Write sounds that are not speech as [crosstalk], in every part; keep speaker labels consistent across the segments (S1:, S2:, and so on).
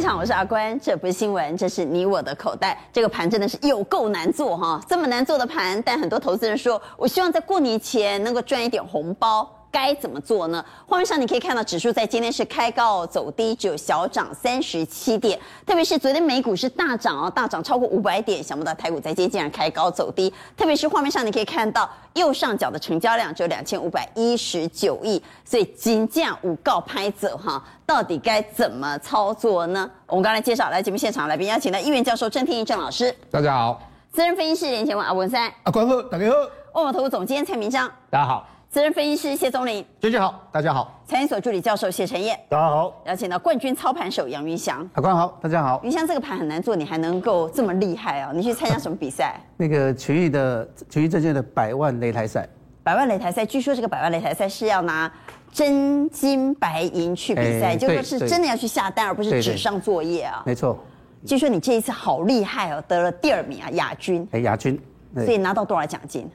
S1: 场，我是阿关，这不是新闻，这是你我的口袋。这个盘真的是有够难做哈，这么难做的盘，但很多投资人说，我希望在过年前能够赚一点红包。该怎么做呢？画面上你可以看到，指数在今天是开高走低，只有小涨三十七点。特别是昨天美股是大涨哦，大涨超过五百点，想不到台股在今天竟然开高走低。特别是画面上你可以看到，右上角的成交量只有两千五百一十九亿，所以金价五告拍走哈，到底该怎么操作呢？我们刚才介绍来节目现场来宾邀请到一元教授郑天一郑老师，
S2: 大家好，
S1: 资深分析师连前文阿文三，
S3: 啊
S2: 阿关哥，大家好，
S1: 万宝投顾总监蔡明章，
S2: 大家好，
S1: 资深分析师谢宗林，
S2: 娟娟好，大家好，
S1: 财经所助理教授谢晨燕。
S2: 大家好，
S1: 邀请到冠军操盘手杨云翔。
S4: 啊
S2: 阿关好，大家好。
S1: 云翔这个盘很难做，你还能够这么厉害哦！你去参加什么比赛？
S4: 那个群益的群益证券的百万擂台赛，
S1: 百万擂台赛，据说这个百万擂台赛是要拿真金白银去比赛，
S4: 哎
S1: 就说
S4: 对
S1: 是
S4: 对
S1: 真的要去下单，而不是
S4: 对对
S1: 纸上作业啊。
S4: 没错，
S1: 据说你这一次好厉害哦，得了第二名啊，亚军，
S4: 哎，亚军，
S1: 所以
S4: 对，
S1: 拿到多少奖金？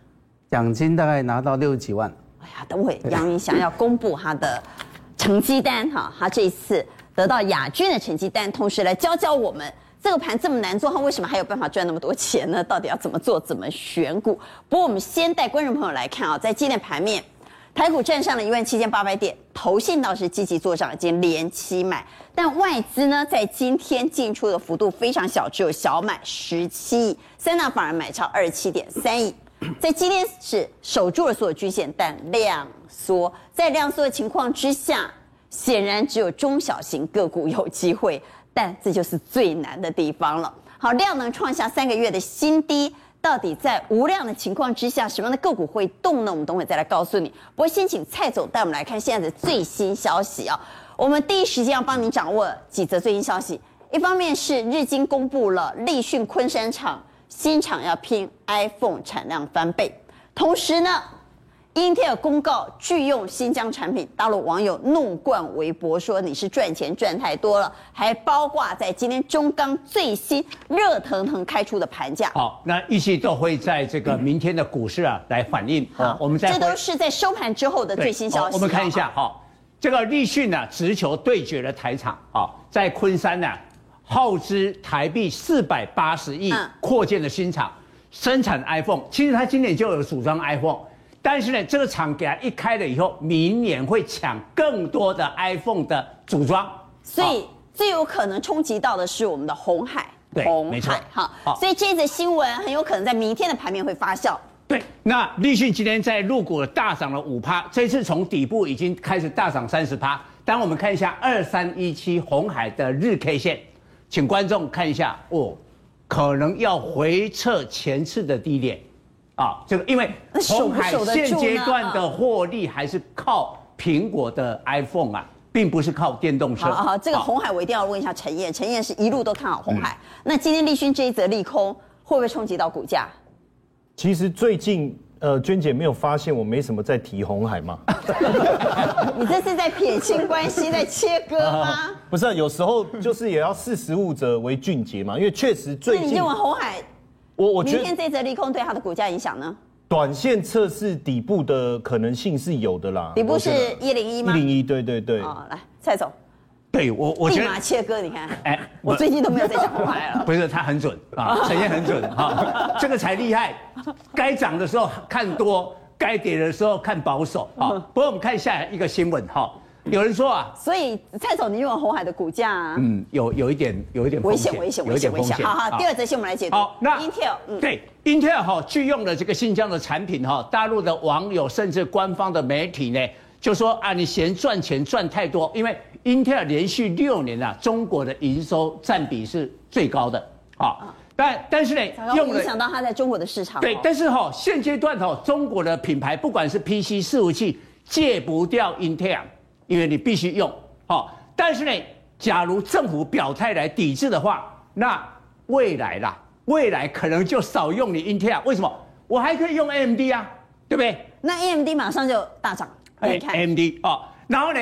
S4: 奖金大概拿到六十几万，
S1: 哎呀，等会杨云翔要公布他的成绩单哈，他这一次得到亚军的成绩单，同时来教教我们这个盘这么难做，他为什么还有办法赚那么多钱呢？到底要怎么做，怎么选股？不过我们先带观众朋友来看啊，在今天的盘面。台股站上了一万七千八百点，投信倒是积极做涨，已经连期买，但外资呢在今天进出的幅度非常小，只有小买十七亿，三大法人买超二十七点三亿，在今天是守住了所有均线，但量缩，在量缩的情况之下，显然只有中小型个股有机会，但这就是最难的地方了。好，量能创下三个月的新低，到底在无量的情况之下，什么样的个股会动呢？我们等会再来告诉你。不过先请蔡总带我们来看现在的最新消息啊，我们第一时间要帮您掌握几则最新消息。一方面是日经公布了立讯昆山厂新厂要拼 iPhone 产量翻倍，同时呢，英特尔公告拒用新疆产品，大陆网友怒灌微博说你是赚钱赚太多了，还包括在今天中钢最新热腾腾开出的盘价。
S2: 好，那预计都会在这个明天的股市啊来反映。哦我们再
S1: 这
S2: 回
S1: 都是在收盘之后的
S2: 对
S1: 最新消息、啊
S2: 好我们看一下，哈、这个立讯呢、啊直球对决了台厂啊、在昆山呢、耗资台币四百八十亿
S1: 嗯
S2: 扩建的新厂，生产 iPhone。其实他今年就有主张 iPhone，但是呢，这个厂给他一开了以后，明年会抢更多的 iPhone 的组装。
S1: 所
S2: 好
S1: 以最有可能冲击到的是我们的红海，
S2: 对
S1: 红
S2: 没错
S1: 海哈。
S2: 好
S1: 所以这则新闻很有可能在明天的盘面会发酵。
S2: 对，那立讯今天在入股大涨了五趴，这次从底部已经开始大涨三十趴。当我们看一下二三一七红海的日 K 线，请观众看一下哦，可能要回撤前次的低点啊，这个因为
S1: 那守
S2: 红
S1: 不
S2: 海
S1: 守得住呢啊
S2: 现阶段的获利还是靠苹果的 iPhone 啊，并不是靠电动车。
S1: 好好好，这个
S2: 啊
S1: 红海我一定要问一下陈燕，陈燕是一路都看好红海。
S2: 嗯
S1: 那今天立讯这一则利空会不会冲击到股价？
S5: 其实最近，呃，娟姐没有发现我没什么在提红海吗？
S1: 你这是在撇清关系，在切割吗？
S5: [laughs] 不是啊、有时候就是也要视食物者为俊杰嘛，因为确实
S1: 那
S5: 最
S1: 你
S5: 近
S1: 认为，红海
S5: 我我觉
S1: 明
S5: 得
S1: 天这则利空对它的股价影响呢？
S5: 短线测试底部的可能性是有的
S2: 啊
S5: 啦。
S1: 底部是一零一
S5: 一
S1: 吗？
S5: 零一，对对对。
S1: 哦，来，蔡总，
S2: 对我我觉
S1: 立
S2: 得
S1: 马切割，你看，
S2: 哎
S1: 我
S2: 我
S1: 最近都没有在讲红海了。
S2: 不是，他很准
S1: [laughs]
S2: 啊，陈燕很准啊，这个才厉害。该涨的时候看多，该跌的时候看保守啊。不过我们看下一个新闻哈，有人说啊，
S1: 所以蔡总，你认为红海的股价、啊
S2: 嗯，有有一点有一点风
S1: 危险，危险，
S2: 有
S1: 危
S2: 一点
S1: 险，危
S2: 风
S1: 险！
S2: 险。
S1: 好好，
S2: 啊
S1: 第二则新闻我们来解读。
S2: 好，那
S1: Intel，嗯，
S2: 对 Intel 哈、拒用了这个新疆的产品哈、大陆的网友甚至官方的媒体呢，就说啊，你嫌赚钱赚太多，因为 Intel 连续六年啊，中国的营收占比是最高的啊。但但是呢
S1: 糟糕，，
S2: 用
S1: 会
S2: 了
S1: 影响到它在中国的市场哦。
S2: 对，但是哈、现阶段哈、中国的品牌不管是 PC 伺服器戒不掉 Intel，因为你必须用。好、但是呢，假如政府表态来抵制的话，那未来啦，未来可能就少用你 Intel。为什么？我还可以用 AMD 啊，对不对？
S1: 那 AMD 马上就大涨，你看，
S2: AMD 哦，然后呢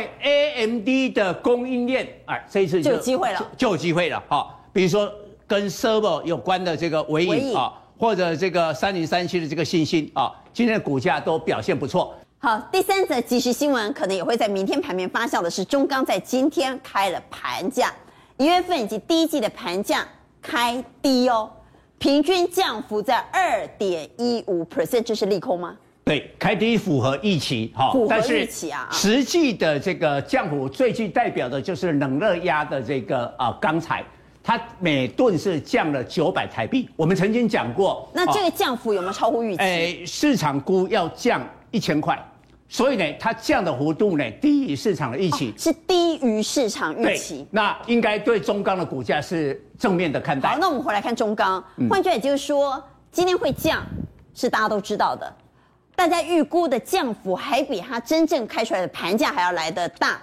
S2: ，AMD 的供应链哎，这一次
S1: 就有机会了
S2: 就，就有机会了哈、哦。比如说跟 server 有关的这个微
S1: 微
S2: 影
S1: 影
S2: 啊、或者这个三零三七的这个信心啊、今天的股价都表现不错。
S1: 好，第三则即时新闻可能也会在明天盘面发酵的是，中钢在今天开了盘价，一月份以及第一季的盘价开低哦，平均降幅在二点一五 percent，这是利空吗？
S2: 对，开低符合预期哈
S1: 符合
S2: 但是
S1: 预期啊啊
S2: 实际的这个降幅最具代表的就是冷热压的这个啊钢材，它每吨是降了九百台币。我们曾经讲过，
S1: 那这
S2: 哦
S1: 个降幅有没有超乎预期？
S2: 哎，市场估要降一千块，所以呢，它降的幅度呢低于市场的预期。
S1: 是低于市场哦预
S2: 对
S1: 期，。
S2: 那应该对中钢的股价是正面的看待
S1: 好，。那我们回来看中钢，
S2: 嗯
S1: 换句话也就是说，今天会降是大家都知道的，大家预估的降幅还比它真正开出来的盘价还要来的大，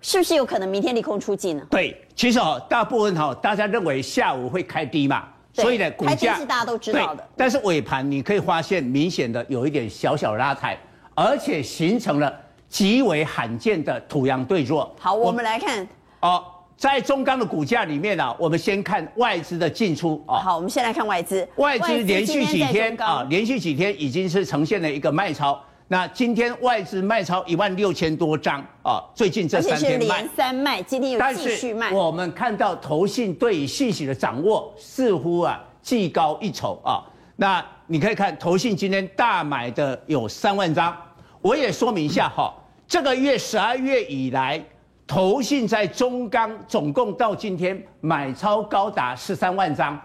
S1: 是不是有可能明天利空出尽呢？
S2: 对，其实哦，大部分哈、哦，大家认为下午会开低嘛，
S1: 对
S2: 所以呢，股
S1: 开低
S2: 价
S1: 是大家都知道的
S2: 对但是尾盘你可以发现明显的有一点小小拉抬，而且形成了极为罕见的土洋对坐。
S1: 好，我们来看，
S2: 哦，在中钢的股价里面啊，我们先看外资的进出啊。
S1: 好，我们先来看外资，
S2: 外资连续几
S1: 外资今在
S2: 天
S1: 中钢
S2: 啊，，连续几天已经是呈现了一个卖超。那今天外资卖超一万六千多张啊，最近这
S1: 而且
S2: 三
S1: 是
S2: 天卖
S1: 连。三卖，今天又
S2: 但
S1: 继续
S2: 是
S1: 卖，
S2: 我们看到投信对于信息的掌握似乎啊技高一筹啊。那你可以看投信今天大买的有三万张，我也说明一下哈、这个月十二月以来，投信在中钢总共到今天买超高达十三万张，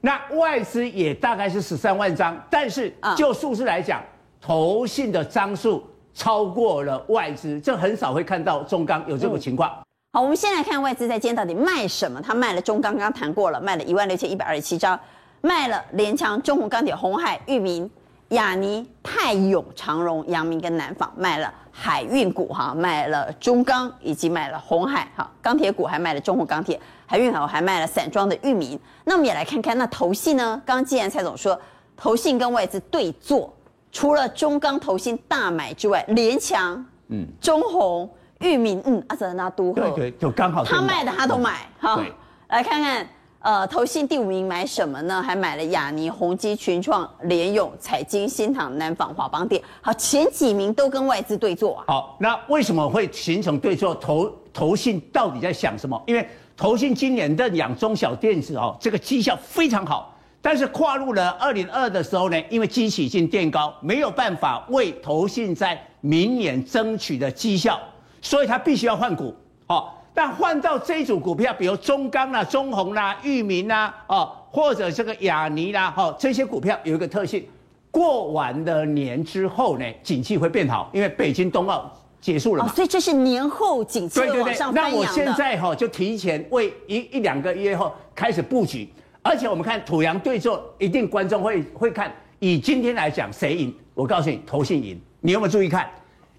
S2: 那外资也大概是十三万张，但是
S1: 啊
S2: 就数字来讲，投信的张数超过了外资，这很少会看到中钢有这
S1: 嗯
S2: 种情况。
S1: 好，我们先来看外资在今天到底卖什么？它卖了中钢，刚刚谈过了，卖了一万六千一百二十七张，卖了联强、中宏钢铁、红海、裕民、亚尼、泰永、长荣、阳明跟南纺，卖了海运股哈，卖了中钢以及卖了红海哈，钢铁股还卖了中宏钢铁、海运股还卖了散装的裕民。那我们也来看看那投信呢？刚刚既然蔡总说投信跟外资对坐，除了中钢投信大买之外，联强、嗯、中宏、裕民，嗯，阿泽那都
S2: 对对，就刚好
S1: 他
S2: 中
S1: 卖的他都买哈
S2: 嗯对。
S1: 来看看，呃，投信第五名买什么呢？还买了雅尼、宏基、群创、联咏、彩金、新唐、南纺、华邦店。好，前几名都跟外资对坐啊。
S2: 好，那为什么会形成对错？投投信到底在想什么？因为投信今年认养中小电子哦，这个绩效非常好，但是跨入了二零二的时候呢，因为基期已经垫高，没有办法为投信在明年争取的绩效，所以它必须要换股。哦，但换到这一组股票，比如中钢啦、中宏啦、裕民啦，哦，或者这个雅尼啦，哈、哦，这些股票有一个特性，过完了年之后呢，景气会变好，因为北京冬奥结束了
S1: 哦
S2: 嘛。，
S1: 所以这是年后景气
S2: 对
S1: 会
S2: 对
S1: 往
S2: 对
S1: 上，
S2: 那
S1: 翻
S2: 我
S1: 扬
S2: 现
S1: 的。
S2: 在哈、就提前为一一两个月后开始布局，而且我们看土洋对坐，一定观众会会看。以今天来讲，谁赢？我告诉你，投信赢。你有没有注意看？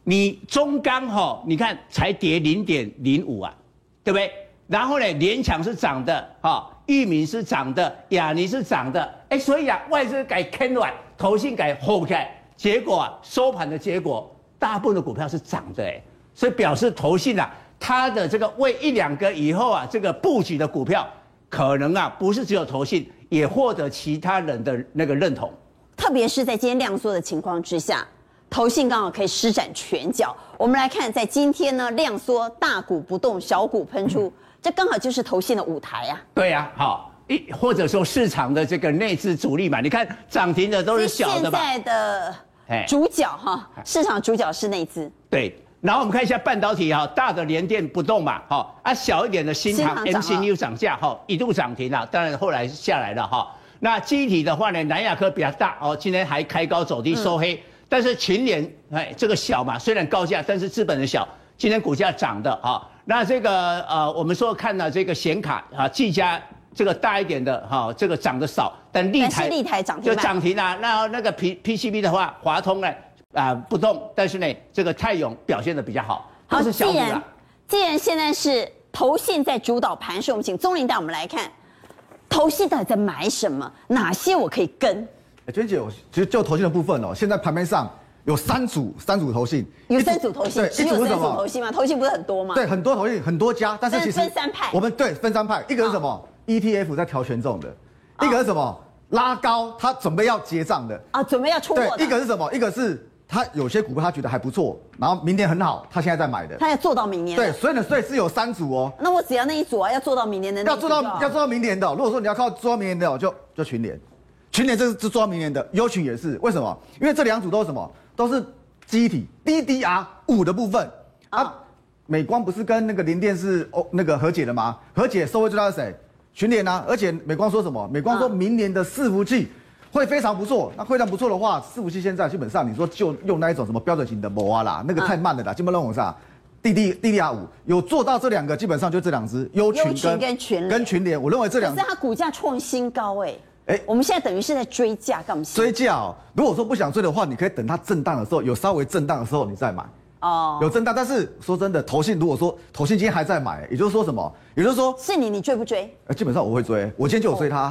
S2: 你中钢哈、你看才跌零点零五啊，对不对？然后呢，联强是涨的，哈、裕民是涨的，亚尼是涨的，哎，所以啊，外资改 K 软，投信改后改，结果啊，收盘的结果，大部分的股票是涨的，哎，所以表示投信啊，它的这个为一两个以后啊，这个布局的股票，可能啊，不是只有投信，也获得其他人的那个认同。
S1: 特别是在今天量缩的情况之下，投信刚好可以施展拳脚。我们来看，在今天呢，量缩大股不动，小股喷
S2: 嗯
S1: 出，这刚好就是投信的舞台啊。
S2: 对呀、好，一或者说市场的这个内资主力嘛，你看涨停的都是小的
S1: 现
S2: 嘛。
S1: 在的
S2: 哎
S1: 主角哈，市场主角是内资。
S2: 对，然后我们看一下半导体哈，大的联电不动嘛，哈啊小一点的新
S1: 新
S2: 唐
S1: 唐涨了
S2: MCU 涨价哈，一度涨停了，当然后来下来了哈。那机体的话呢，南亚科比较大哦，今天还开高走低收
S1: 嗯
S2: 黑，但是群联哎这个小嘛，虽然高价，但是资本的小，今天股价涨的啊、那这个呃，我们说看到这个显卡啊，技嘉这个大一点的哈、这个涨得少，但立
S1: 但
S2: 台
S1: 是立台涨停
S2: 就
S1: 板
S2: 涨停啊。那那个 P PCB 的话，华通呢啊、不动，但是呢这个泰永表现的比较好，都是小
S1: 既
S2: 股
S1: 然
S2: 啊。
S1: 既然现在是投信在主导盘势，我们请钟林带我们来看，投信到底在买什么，哪些我可以跟？
S3: 哎娟姐，我其实就投信的部分哦，现在盘面上有三组三组投信，
S1: 有
S3: 一组
S1: 三组投信，
S3: 对，
S1: 只
S3: 一
S1: 有
S3: 组
S1: 三
S3: 是什
S1: 组
S3: 么
S1: 投？信吗？投信不是很多吗？
S3: 对，，很多投信很多家，但是
S1: 但是
S3: 其实
S1: 分三派啊
S3: 我们对分三派，一个是什么？ETF 在调权重的，一个是什么？拉高，它准备要结账的，
S1: 啊，准备要出货
S3: 对，
S1: 的。
S3: 一个是什么？一个是他有些股票他觉得还不错，然后明年很好，他现在在买的。
S1: 他要做到明年。
S3: 对，，所以呢，所以是有三组哦，
S1: 那我只要那一组啊，要做到明年的那一
S3: 要
S1: 组
S3: 做
S1: 就好
S3: 到要做到明年的哦、如果说你要靠做到明年的哦、就就群联，群联这是这做到明年的，优群也是。为什么？因为这两组都是什么？都是机体 DDR 五的部分啊。
S1: 哦
S3: 美光不是跟那个联电是哦那个和解了吗？和解受惠最大是谁？群联啊。而且美光说什么？美光说
S1: 嗯
S3: 明年的伺服器。会非常不错，那会常不错的话，伺服器现在基本上你说就用那一种什么标准型的摩啊啦，
S1: 嗯
S3: 那个太慢了啦，基本上我上 D D D D R 五有做到这两个，基本上就这两只优
S1: 优
S3: 群
S1: 群
S3: 跟
S1: 跟群联
S3: 跟群联，我认为这两
S1: 可是它股价创新高哎、
S3: 哎
S1: 我们现在等于是在追价干嘛？
S3: 追价、哦，如果说不想追的话，你可以等它震荡的时候，有稍微震荡的时候你再买。
S1: 哦，
S3: 有震荡，但是说真的，投信如果说投信今天还在买，也就是说什么？也就是说，
S1: 是你，你追不追？
S3: 呃基本上我会追，我今天就有追它，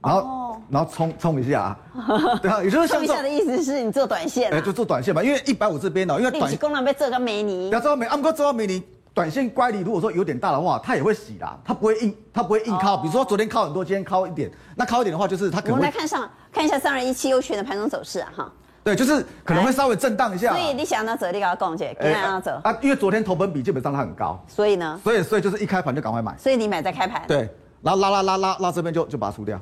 S1: 哦
S3: 然后然后冲冲
S1: [laughs]
S3: 一下，对啊，也就是
S1: 上
S3: 像
S1: 一
S3: 这
S1: 下的
S3: 种，
S1: 意思是你做短线、啊，
S3: 哎，就做短线吧，因为一百五这边哦呢，因为
S1: 你
S3: 短
S1: 是公然被这个没你
S3: 不要。知道没？啊，不过知道没？你短线乖离如果说有点大的话，它也会洗啦，它不会硬，它不会硬靠。比如说昨天靠很多，今天靠一点，那靠一点的话，就是它可
S1: 哦我
S3: 能
S1: 们来
S3: 会
S1: 看上看一下三二一七优选的盘中走势啊哈。
S3: 对，就是可能会稍微震荡一下啦。
S1: 所以你想要走，你给我讲解，跟他要走。
S3: 啊，因为昨天投本比基本上它很高，
S1: 所以呢，
S3: 所以所以就是一开盘就赶快买，
S1: 所以你买在开盘，，
S3: 对，然后拉拉拉拉拉这边就就把它出掉。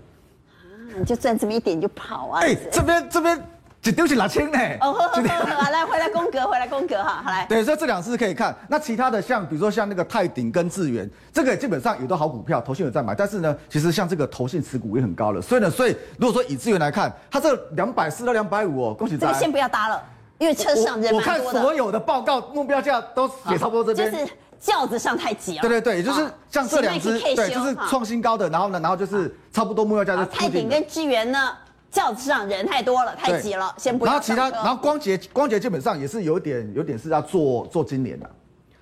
S1: 嗯你就赚这么一点你就跑啊。
S3: 哎、
S1: 哦是
S3: 这边这边只丢起两千呢。
S1: 哦，呵呵呵呵，好来回来宫格，回来宫格哈，好来。
S3: 对，所以这两次可以看。那其他的像比如说像那个泰鼎跟智源，这个基本上也都好股票，投信有在买。但是呢，其实像这个投信持股也很高了，所以呢，所以如果说以智源来看，它这两百四到两百五哦，恭喜
S1: 这
S3: 大
S1: 个
S3: 家。
S1: 先不要搭了，因为车上人
S3: 我
S1: 蛮
S3: 我看
S1: 多
S3: 所
S1: 的，啊
S3: 有的报告目标价都写差不多这边。
S1: 就是轿子上太急了。
S3: 对对对，也就是
S1: 啊
S3: 像这两
S1: 行
S3: 只
S1: 那你，可以
S3: 对，
S1: 修
S3: 就是
S1: 哈
S3: 创新高的，然后呢，然后就是差不多目标价
S1: 啊
S3: 就
S1: 泰
S3: 附
S1: 鼎
S3: 近的。
S1: 跟支援呢，轿子上人太多了，太
S3: 对
S1: 急了，先不要
S3: 然后
S1: 上
S3: 其
S1: 车。
S3: 他，然后光捷，光捷基本上也是有点，有点是要做做今年的，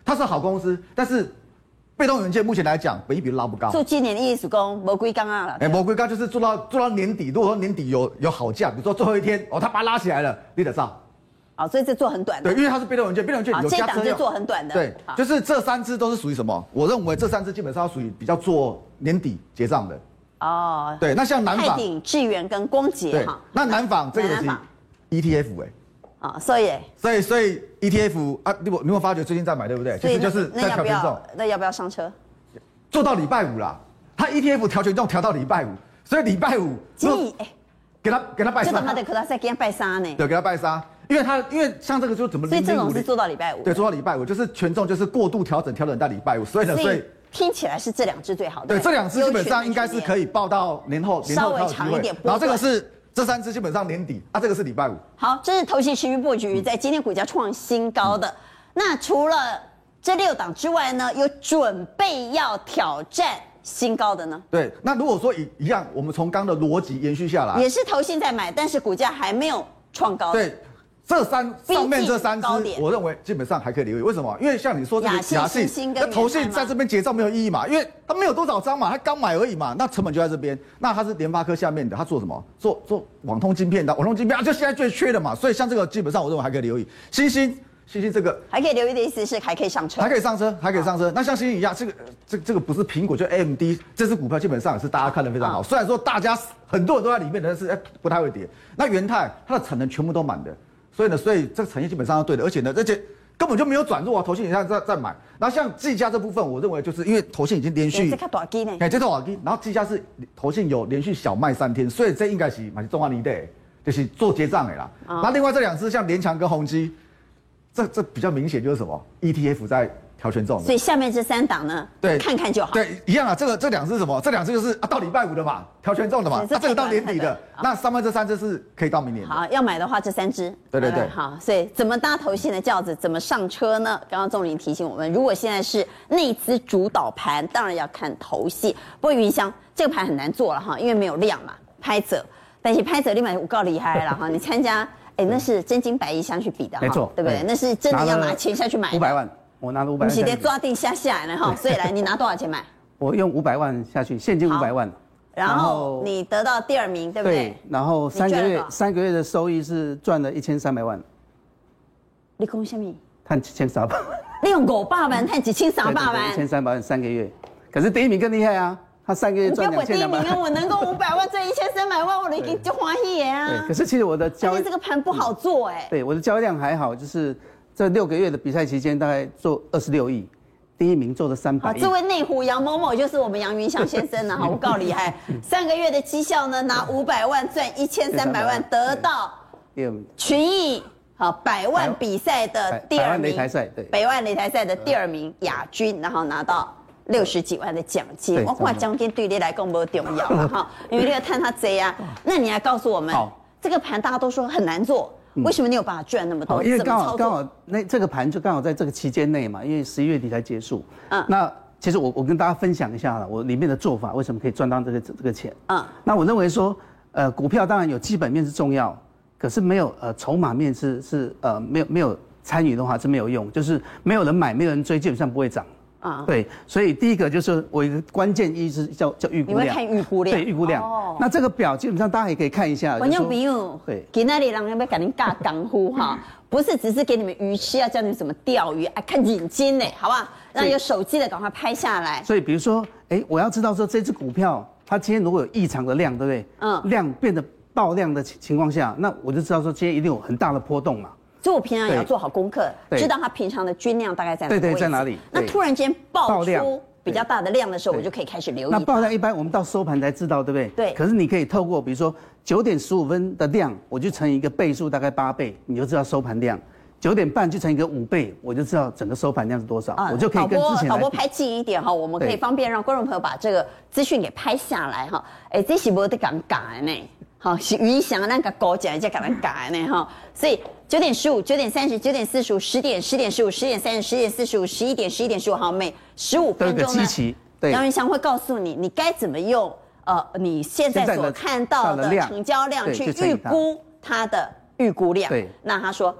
S3: 它是好公司，但是被动元件目前来讲，本益比拉不高。
S1: 做今年的艺术工魔鬼刚啊了。
S3: 哎，魔鬼高就是做到做到年底，如果说年底有有好价，比如说最后一天哦，它把它拉起来了，你得上。
S1: 好，哦所以这做很短的
S3: 对，。因为它是被动元件，被动元件
S1: 好
S3: 有
S1: 啊这一
S3: 加
S1: 档
S3: 车
S1: 就
S3: 用
S1: 做很啊短的
S3: 对
S1: 好，
S3: 就是这三只都是属于什么？我认为这三只基本上属于比较做年底结账的。
S1: 哦，
S3: 对，那像南
S1: 泰
S3: 纺。
S1: 鼎、智源跟光捷
S3: 对
S1: 哈，，
S3: 那南纺这个
S1: 南
S3: 题
S1: 纺
S3: ETF 哎、
S1: 啊，所以
S3: 所以所以 ETF 啊，你有你有发觉最近在买对不对？
S1: 所
S3: 其
S1: 以
S3: 实就是
S1: 那那要
S3: 在调
S1: 不
S3: 权重
S1: 要，那要不要上车？
S3: 做到礼拜五啦。它 ETF 调权重调到礼拜五，所以礼拜五
S1: 今
S3: 如
S1: 年
S3: 果
S1: 哎，
S3: 给它给它拜
S1: 这
S3: 杀
S1: 档他，得可他再给他拜三呢，
S3: 对，给它拜杀，因为它因为像这个就怎么
S1: 所以这种
S3: 0.50
S1: 是做到礼拜五。
S3: 对，做到礼拜五就是权重就是过度调整，调整到礼拜五，所以呢，
S1: 所
S3: 所
S1: 以
S3: 以
S1: 听起来是这两只最好的。
S3: 对这两只基本上应该是可
S1: 以。
S3: 以报到年后年
S1: 稍
S3: 后
S1: 微
S3: 才有机
S1: 长一
S3: 会
S1: 点波
S3: 然后这
S1: 段
S3: 个是这三只基本上年底啊，这个是礼拜五。
S1: 好，这是投信持续布局，在今天股价创新高
S3: 嗯
S1: 的。那除了这六档之外呢，有准备要挑战新高的呢？
S3: 对，那如果说一一样，我们从刚的逻辑延续下来，
S1: 也是投信在买，但是股价还没有创高。，
S3: 啊对，这三
S1: 逼近
S3: 上面这三只
S1: 高点，
S3: 我认为基本上还可以留意。为什么？因为像你说这个
S1: 雅信新兴跟
S3: 那投
S1: 元
S3: 信
S1: 泰嘛
S3: 在这边结账没有意义嘛，因为它没有多少张嘛，它刚买而已嘛，那成本就在这边。那它是联发科下面的，它做什么？做做网通晶片的，网通晶片啊，就现在最缺的嘛。所以像这个基本上我认为还可以留意。星星，星星这个
S1: 还可以留意的意思是还可以上车
S3: 还。可以上车，还可以上车。那像星星一样，这个呃这这个不是苹果就 AMD 这只股票，基本上也是大家看的非常好。
S1: 啊
S3: 虽然说大家很多人都在里面，但是哎不太会跌。那元泰它的产能全部都满的，所以呢，所以这个产业基本上是对的，而且呢，而且根本就没有转弱啊，投信也在在在买。然后像技嘉这部分，我认为就是因为投信已经连
S1: 哎
S3: 续
S1: 这。个短机呢？
S3: 哎，这头好低，然后技嘉是投信有连续小卖三天，所以这应该是买中华泥的，就是做结账的啦。
S1: 啊
S3: 那另外这两只像联强跟宏基，这这比较明显就是什么 ETF 在调权重的
S1: 所。以下面这三档呢，
S3: 对，
S1: 看看就好。
S3: 对，一样啊。这个这两只是什么？这两只就是啊，到礼拜五的嘛，调权重的嘛。
S1: 对
S3: 啊
S1: 这，
S3: 这个到年底
S1: 可以
S3: 的
S1: 看的，
S3: 那上面这三只是可以到明年的。
S1: 好，要买的话这三只。
S3: 对对
S1: 好不好
S3: 对
S1: 好，所以怎么搭头线的轿子，怎么上车呢？刚刚钟林提醒我们，如果现在是内资主导盘，当然要看头戏。不过云香这个盘很难做了哈，因为没有量嘛，拍者，但是拍者立马我告厉害了哈，你参
S3: [laughs]
S1: 加。哎，那是真金白银相去比的哈，
S4: 没错
S1: 对不对
S4: 哎？
S1: 那是真的要拿
S4: 了
S1: 钱下去买的，
S4: 五百万，我拿了五百
S1: 你
S4: 万
S1: 是
S4: 下
S1: 得
S4: 去，
S1: 抓定下下来了哈。所以来，你拿多少钱买？
S4: 我用五百万下去，现金
S1: 好
S4: 五百万，
S1: 然
S4: 然
S1: 后
S4: 后
S1: 你得到第二名，对不对？
S4: 然后三
S1: 你
S4: 个
S1: 赚了
S4: 月
S1: 多少
S4: 三个月的收益是赚了一千三百万，
S1: 你讲什么？
S4: 看七千三百万，
S1: 你用五百万赚一千三百
S4: 对对对
S1: 万
S4: 一千，三百万三个月，可是第一名更厉害啊，他上个月
S1: 你给
S4: 赚
S1: 我
S4: 两
S1: 第
S4: 千
S1: 一
S4: 两百
S1: 名，啊，我能够五百万赚一千三百万，我已经就欢喜 [laughs] 耶啊
S4: 对，！可是其实我的
S1: 但
S4: 交
S1: 是这个盘不好做哎，
S4: 对我的交易量还好，就是这六个月的比赛期间大概做二十六亿，第一名做了三
S1: 好，
S4: 百亿
S1: 这。位内湖杨某某就是我们杨云祥先生了哈，我告厉 [laughs] 害，上个月的绩效呢，拿五百万赚一千三百万，得到
S4: 第二名，
S1: 群益好百万比赛的第二
S4: 百万
S1: 名，
S4: 擂台赛对
S1: 百万擂台赛的第二名亚军，然后拿到。六十几万的奖金，
S4: 对
S1: 我看奖金对你来讲不重要
S4: [laughs]
S1: 了哈，因为这个探他贼啊。那你来告诉我们
S4: 好，嗯
S1: 这个盘大家都说很难做，为什么你有办法赚那么多？
S4: 好，因为
S1: 怎么
S4: 刚
S1: 操
S4: 好
S1: 作
S4: 刚好那这个盘就刚好在这个期间内嘛，因为十一月底才结束。
S1: 嗯
S4: 嗯，那其实我我跟大家分享一下了，我里面的做法为什么可以赚到这个这个钱。
S1: 嗯
S4: 嗯，那我认为说，呃，股票当然有基本面是重要，可是没有呃筹码面是是呃没有没有参与的话是没有用，就是没有人买，没有人追，基本上不会涨。
S1: 啊
S4: 对，所以第一个就是我一个关键一是叫叫预估量，
S1: 你会看预估量
S4: 对预估量。
S1: 哦
S4: 那这个表基本上大家也可以看一下，
S1: 观
S4: 就
S1: 众
S4: 说
S1: 朋友
S4: 对，
S1: 给那里人要给您尬港呼
S4: [laughs]
S1: 哈，不是只是给你们鱼吃，要教你们怎么钓鱼，哎，看眼睛呢，好不好？让有手机的赶快拍下来。
S4: 所以比如说，哎，我要知道说这只股票它今天如果有异常的量，对不对？
S1: 嗯
S4: 嗯，量变得爆量的情情况下，那我就知道说今天一定有很大的波动嘛。
S1: 所以我平常也要
S4: 对
S1: 做好功课，
S4: 对
S1: 知道它平常的均量大概在哪个
S4: 对
S1: 位
S4: 对
S1: 置
S4: 在哪里
S1: 那
S4: 对
S1: 突然间爆
S4: 爆量
S1: 出比较大的量的时候，
S4: 对
S1: 我就可以开始留
S4: 那
S1: 意。
S4: 爆量一般我们到收盘才知道，对不对？
S1: 对
S4: 可是你可以透过比如说九点十五分的量，我就乘以一个倍数，大概八倍，你就知道收盘量。九点半就乘以个五倍，我就知道整个收盘量是多少，我就可以跟
S1: 啊导播
S4: 之前来
S1: 导播
S4: 比
S1: 拍近一点哈，我们可以
S4: 对
S1: 方便让观众朋友把这个资讯给拍下来哈。哎，这是无得讲假的呢，好是云翔那个狗讲一下讲咱假的呢哈。所以九点十五、九点三十、九点四十五、十点、十点十五、十点三十、十点四十五、十一点、十一点十五，好，每十五
S4: 都有
S1: 分
S4: 个
S1: 钟呢
S4: 基，期。对，
S1: 杨云翔会告诉你你该怎么用呃你现在
S4: 现在的
S1: 所看到
S4: 到
S1: 的
S4: 的量
S1: 成交量
S4: 对
S1: 去
S4: 去乘以
S1: 预估它的预估量。
S4: 对
S1: 那他说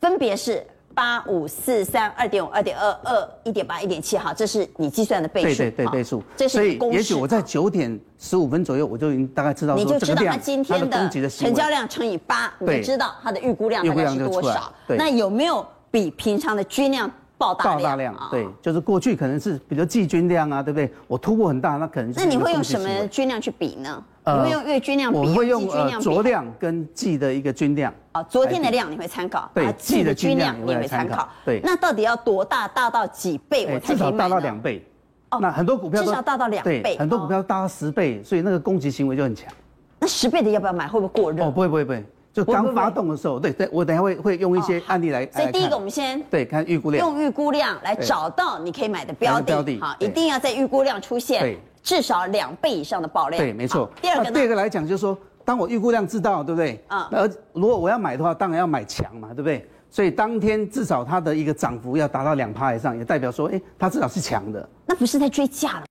S1: 分别是八五四三二点五二点二二一点八一点七，哈，这是你计算的倍
S4: 对
S1: 数。
S4: 对对
S1: 哈
S4: 倍数，
S1: 这
S4: 所
S1: 是
S4: 以
S1: 一个公式。
S4: 也许我在
S1: 哈
S4: 九点十五分左右，我就已经大概知道
S1: 你
S4: 说
S1: 就
S4: 这
S1: 知
S4: 个
S1: 道它
S4: 量
S1: 今
S4: 它
S1: 天
S4: 的
S1: 的
S4: 供给的行
S1: 成
S4: 为
S1: 交量乘以八，你就
S4: 对
S1: 知道它的预估量
S4: 预
S1: 大
S4: 估
S1: 概
S4: 量
S1: 是
S4: 就
S1: 多
S4: 出来
S1: 少。
S4: 对
S1: 那有没有比平常的均量爆大
S4: 爆
S1: 量？
S4: 大量
S1: 啊，
S4: 对，就是过去可能是比如季均量啊，对不对？我突破很大，那可能就
S1: 那
S4: 是
S1: 你
S4: 一个
S1: 会用
S4: 供给
S1: 什
S4: 行为
S1: 么？均量去比呢？你
S4: 呃
S1: 会用月均量比，
S4: 我会用
S1: 季均
S4: 呃
S1: 量比
S4: 昨量跟季的一个均量。
S1: 啊，昨天的量你会参考，
S4: 对
S1: 啊
S4: 记得均量
S1: 你也会参
S4: 也会来参
S1: 考
S4: 考，对
S1: 那到底要多大，大到几倍
S4: 哎
S1: 我才
S4: 至
S1: 可以
S4: 少
S1: 买
S4: 大到
S1: 呢？
S4: 两倍。
S1: 哦
S4: 那很多股票都
S1: 至少大到两
S4: 对
S1: 倍
S4: 很多
S1: 哦
S4: 股票大到十倍，所以那个攻击行为就很强。
S1: 那十倍的要不要买？会不会过热
S4: 哦，？不会不会不会，就
S1: 不会不
S4: 刚
S1: 会
S4: 发动的时候，对对，我等一下会会用一些
S1: 哦好
S4: 案例来。
S1: 所以
S4: 来
S1: 第一个
S4: 看
S1: 我们先。
S4: 对看预估量。
S1: 用预估量来
S4: 对
S1: 找到你可以买的标
S4: 买的标
S1: 的，
S4: 的
S1: 好，一
S4: 对
S1: 定要在预估量出现
S4: 对
S1: 至少两倍以上的爆量。
S4: 对，没错啊
S1: 好。第二个
S4: 那第二
S1: 呢？
S4: 个来讲，就是说，当我预估量知道，对不对？
S1: 啊
S4: 啊。而如果我要买的话，当然要买强嘛，对不对？所以当天至少它的一个涨幅要达到两趴以上，也代表说，哎，它至少是强的。
S1: 那不是在追价了吗。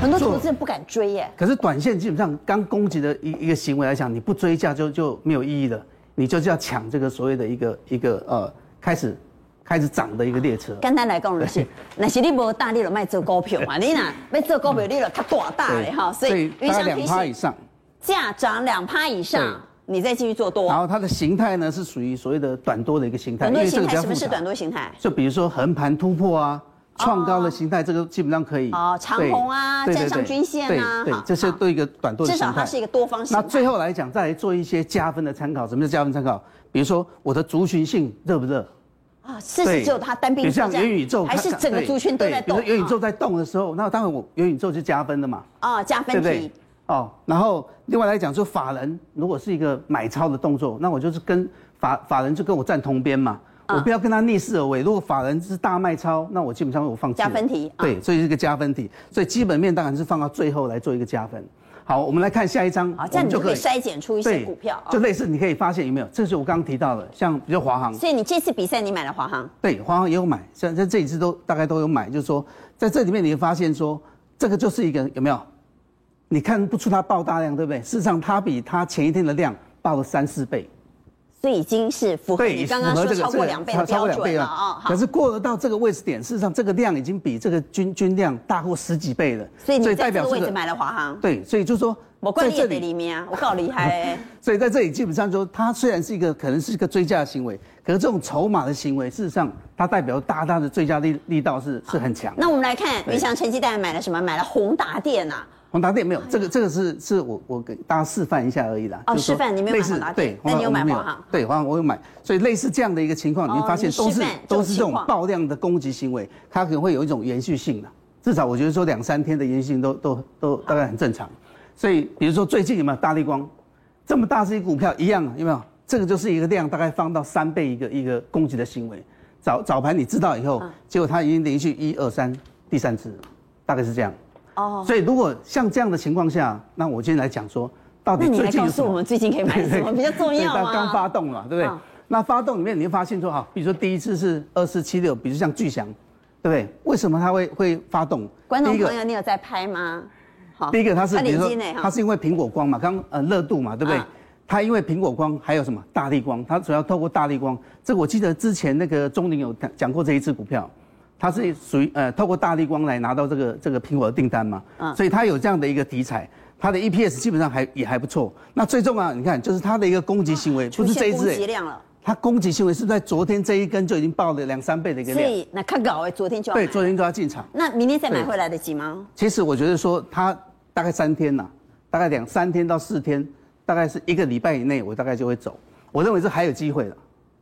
S1: 很多投资人不敢追耶，
S4: 可是短线基本上刚攻击的一一个行为来讲，你不追价就就没有意义了，你就是要抢这个所谓的一个一个呃开始开始涨的一个列车。
S1: 简单来讲就是，那是你无大，你就卖做股票嘛。你若要做股票，你就较大大的哈。所以
S4: 大概
S1: 提
S4: 两
S1: 醒
S4: 趴以上，
S1: 价涨两趴以上
S4: 对，
S1: 你再继续做多
S4: 然。后它的形态呢是属于所谓的短多的一个形态，
S1: 短多形态
S4: 比较
S1: 什么
S4: 复
S1: 是
S4: 杂
S1: 短多形态？
S4: 就比如说横盘突破啊，创高的形态，这个基本上可以。
S1: 哦长
S4: 对
S1: 红啊
S4: 对对
S1: 站上
S4: 对
S1: 均线啊
S4: 对
S1: 好
S4: 对，这些
S1: 好
S4: 都一个短多的
S1: 至
S4: 形态。
S1: 少它是一个多方形
S4: 那
S1: 态。
S4: 最后来讲，再来做一些加分的参考。什么叫加分参考？比如说我的族群性热不热？
S1: 啊，事实只有它单
S4: 比
S1: 兵
S4: 如
S1: 作
S4: 像
S1: 战，
S4: 元宇宙，
S1: 还是
S4: 它
S1: 整个
S4: 对
S1: 族群都
S4: 对
S1: 在
S4: 比如
S1: 动。
S4: 说元宇宙在动的时候，那当然我元宇宙就加分了嘛，
S1: 啊，哦加
S4: 对
S1: 分
S4: 不对
S1: 题。？
S4: 哦，然后另外来讲，说法人如果是一个买超的动作，那我就是跟法法人就跟我站同边嘛，
S1: 嗯
S4: 我不要跟他逆势而为。如果法人是大卖超，那我基本上我放弃了
S1: 加分题啊
S4: 对，所以是一个加分题，所以基本面当然是放到最后来做一个加分。好，我们来看下一张，
S1: 啊好，这样你就
S4: 我
S1: 可
S4: 们
S1: 以筛减出一些
S4: 对
S1: 股票啊
S4: 就。类似你可以发现有没有？这是我刚刚提到的，像比如华航，
S1: 所以你这次比赛你买了华航，
S4: 对，华航也有买，像在这一次都大概都有买，就是说在这里面你会发现说，这个就是一个有没有？你看不出它爆大量，对不对？事实上，它比它前一天的量爆了三四倍，
S1: 所以已经是符合
S4: 对，
S1: 你刚刚
S4: 符合
S1: 说
S4: 这个
S1: 超过
S4: 这个
S1: 两倍的
S4: 超
S1: 标
S4: 过两
S1: 准
S4: 倍
S1: 了啊。
S4: 可
S1: 好
S4: 是过得到这个位置点，事实上这个量已经比这个均均量大过十几倍了。
S1: 所以你在
S4: 代
S1: 这
S4: 表
S1: 个
S4: 这
S1: 位置
S4: 个
S1: 买了华航，
S4: 对，所以就说
S1: 我
S4: 在
S1: 惯你
S4: 这
S1: 也在
S4: 里，
S1: 里面啊，我搞厉害
S4: [laughs]
S1: 欸。
S4: 所以在这里基本上说，它虽然是一个可能是一个追加的行为，可是这种筹码的行为，事实上它代表大大的追加力力道是是很强。
S1: 那我们来看
S4: 对
S1: 云翔成绩单买了什么？买了宏达电啊呐、
S4: 宏达哦电没有，这个这个是是我我给大家示范一下而已啦。
S1: 嗯哦
S4: 就是说
S1: 示范你没有买
S4: 类似
S1: 宏达电
S4: 对，
S1: 那你有
S4: 宏达
S1: 买
S4: 我没
S1: 华航
S4: 对，华航我有买，所以类似这样的一个情况，你
S1: 哦
S4: 会发现
S1: 你
S4: 都
S1: 示
S4: 是
S1: 范这种
S4: 都是这
S1: 情
S4: 种
S1: 况
S4: 爆量的攻击行为，它可能会有一种延续性的，至少我觉得说两三天的延续性都都都大概很正常。所以比如说最近有没有大力光，这么大只一股票一样啊有没有？这个就是一个量大概放到三倍一个一个攻击的行为。早早盘你知道以后，
S1: 嗯
S4: 结果它已经连续一二三第三次，大概是这样。
S1: 哦，
S4: 所以如果像这样的情况下，那我今天来讲说，到
S1: 那
S4: 底
S1: 你
S4: 最
S1: 来
S4: 近
S1: 告
S4: 有什
S1: 诉我
S4: 么
S1: 们最近可以买什么比较重要
S4: [laughs]
S1: 啊
S4: 对
S1: 吗？
S4: 刚刚发动嘛，对不对
S1: 嗯？
S4: 那发动里面你会发现说，啊哈，比如说第一次是二四七六，比如像巨翔，对不对？为什么它会会发动？
S1: 观
S4: 第
S1: 众
S4: 一个
S1: 朋友，你有在拍吗？好
S4: 第一个它是
S1: 他
S4: 比
S1: 领
S4: 如
S1: 巾呢
S4: 说
S1: 哈，
S4: 它是因为苹果光嘛，刚呃热度嘛，对不对
S1: 啊？
S4: 它因为苹果光还有什么大力光，它主要透过大力光，这个我记得之前那个钟林有讲讲过这一只股票，它是属于呃透过大力光来拿到这个这个苹果的订单嘛，
S1: 嗯
S4: 所以它有这样的一个题材。它的 EPS 基本上还也还不错，那最重要，你看就是它的一个攻击行为，
S1: 啊出
S4: 不是这
S1: 现
S4: 一
S1: 攻
S4: 只、
S1: 击
S4: 欸，
S1: 量了，
S4: 它攻击行为是在昨天这一根就已经爆了两三倍的一个
S1: 所
S4: 量，
S1: 以那看搞哎，昨天就要
S4: 对，
S1: 买
S4: 昨天就要进场。
S1: 那明天再买
S4: 对
S1: 会来得及吗？
S4: 其实我觉得说，它大概三天呐、大概两三天到四天，大概是一个礼拜以内，我大概就会走。我认为这还有机会了。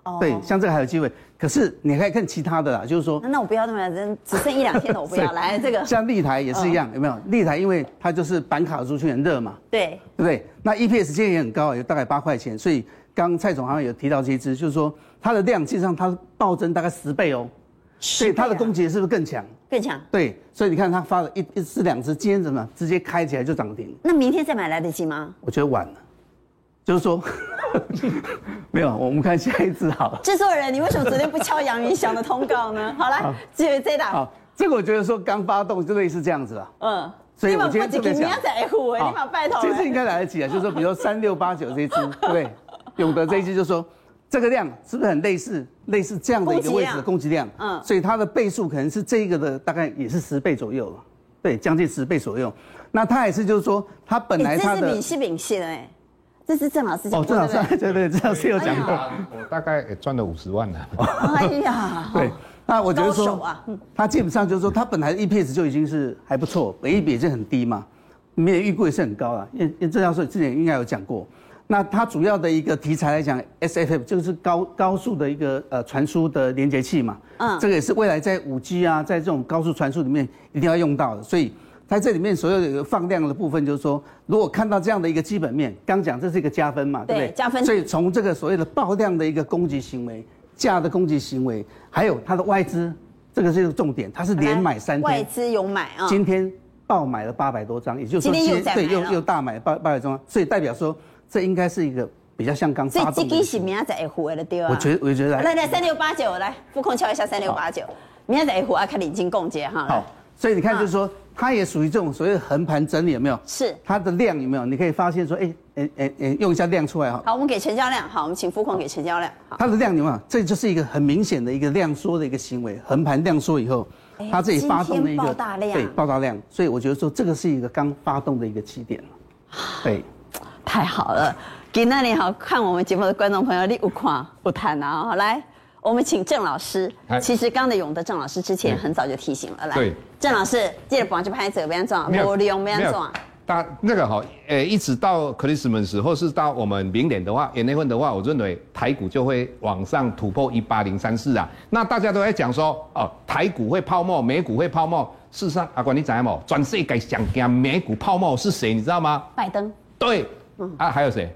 S1: 哦
S4: 对，像这个还有机会。可是你还看其他的啦，就是说
S1: 那那我不要那么人，只剩一两天了，我不
S4: [laughs]
S1: 要来这个。
S4: 像立台也是一样，有没有？立台因为它就是板卡族群很热嘛，
S1: 对，
S4: 对不对？那 E EPS 现在也很高啊，有大概八块钱，所以刚蔡总好像有提到这一支，就是说它的量实际上它暴增大概十倍哦，所以它的
S1: 攻
S4: 攻击是不是更强？
S1: 啊更强。
S4: 对，所以你看它发了一一只两只，今天怎么样直接开起来就涨停？
S1: 那明天再买来得及吗？
S4: 我觉得晚了，就是说， [laughs] 没有，我们看下一支好了。
S1: 制作人，你为什么昨天不敲杨云翔的通告
S4: [laughs]
S1: 呢？好啦，继续再打。
S4: 好，啊这个我觉得说刚发动就类似这样子啊。
S1: 嗯，
S4: 所以
S1: 你
S4: 我
S1: 们
S4: 今天特别
S1: 你
S4: 想
S1: 要在乎哎，
S4: 好
S1: 你把拜托
S4: 这次
S1: 哎
S4: 应该来得及啊，就是说，比如说三六八九这
S1: [laughs]
S4: 一支，对不对？永德这一支就说这个量是不是很类似类似这样的一个位置的
S1: 供
S4: 供给量？
S1: 嗯
S4: 嗯，所以它的倍数可能是这个的大概也是十倍左右了，对，将近十倍左右。那它也是就是说，它本来
S1: 哎
S4: 它
S1: 这是
S4: 的
S1: 闽西闽西的哎，这是郑老师讲
S4: 哦，
S1: 过
S4: 郑老师
S1: 对不对
S4: [laughs] 对对，郑老师有讲过。
S6: 我大概也赚了五十万了。
S1: [laughs] 哎呀，
S4: 对，那我觉得
S1: 高手
S4: 说
S1: 啊，
S4: 它嗯基本上就是说，它本来 EPS 就已经是还不错，本益比也是很低嘛，没有预估也是很高啊。因因为郑教授之前应该有讲过，那它主要的一个题材来讲，SFF 就是高高速的一个呃传输的连接器嘛，
S1: 嗯
S4: 嗯，这个也是未来在五 G 啊，在这种高速传输里面一定要用到的，所以。在这里面所有的放量的部分，就是说，如果看到这样的一个基本面，刚讲这是一个加分嘛，对不对？
S1: 对加分
S4: 所以从这个所谓的爆量的一个攻击行为、价的攻击行为，还有它的外资，这个是一个重点，它是连买三
S1: 外
S4: 天，
S1: 资有买啊，
S4: 今天爆买了八百多张，也就是
S1: 今
S4: 说
S1: 天又再
S4: 对
S1: 买
S4: 又
S1: 了
S4: 又大买八八百张，所以代表说这应该是一个比较像刚
S1: 所以
S4: 发
S1: 这
S4: 动的
S1: 个
S4: 一
S1: 是
S4: 个。
S1: 明仔载会回的对啊。
S4: 我觉得我觉得
S1: 来来三六八九来，副控敲一下三六八九，明仔载会回啊，看领金共结哈。来
S4: 好，，所以你
S1: 嗯
S4: 看就是说，它也属于这种所谓的横盘整理，有没有？
S1: 是
S4: 它的量有没有？你可以发现说，哎哎哎哎，用一下量出来哈。
S1: 好，我们给成交量，好，我们请副控给成交量。好，
S4: 它的量有没有？这就是一个很明显的一个量缩的一个行为，横盘量缩以后
S1: 哎，
S4: 它自己发动的一
S1: 今天爆
S4: 个
S1: 大量
S4: 对爆大量，所以我觉得说这个是一个刚发动的一个起点对，
S1: 太好了，给那里好看我们节目的观众朋友，你有看有谈啊？好来，我们请郑老师
S6: 哎。
S1: 其实刚的永德郑老师之前
S6: 对
S1: 很早就提醒了，来
S6: 对，
S1: 郑老师记得帮就拍这边
S6: 啊
S1: 装，我利用边装。
S6: 大那个哈、呃，一直到 Christmas 或是到我们明年的话，年内份的话，我认为台股就会往上突破一八零三四啊。那大家都在讲说，哦，台股会泡沫，美股会泡沫。事实上，阿管你怎么？全世界想讲美股泡沫是谁，你知道吗？
S1: 拜登，
S6: 对，
S1: 嗯
S6: 啊，还
S1: [laughs]
S6: 有谁？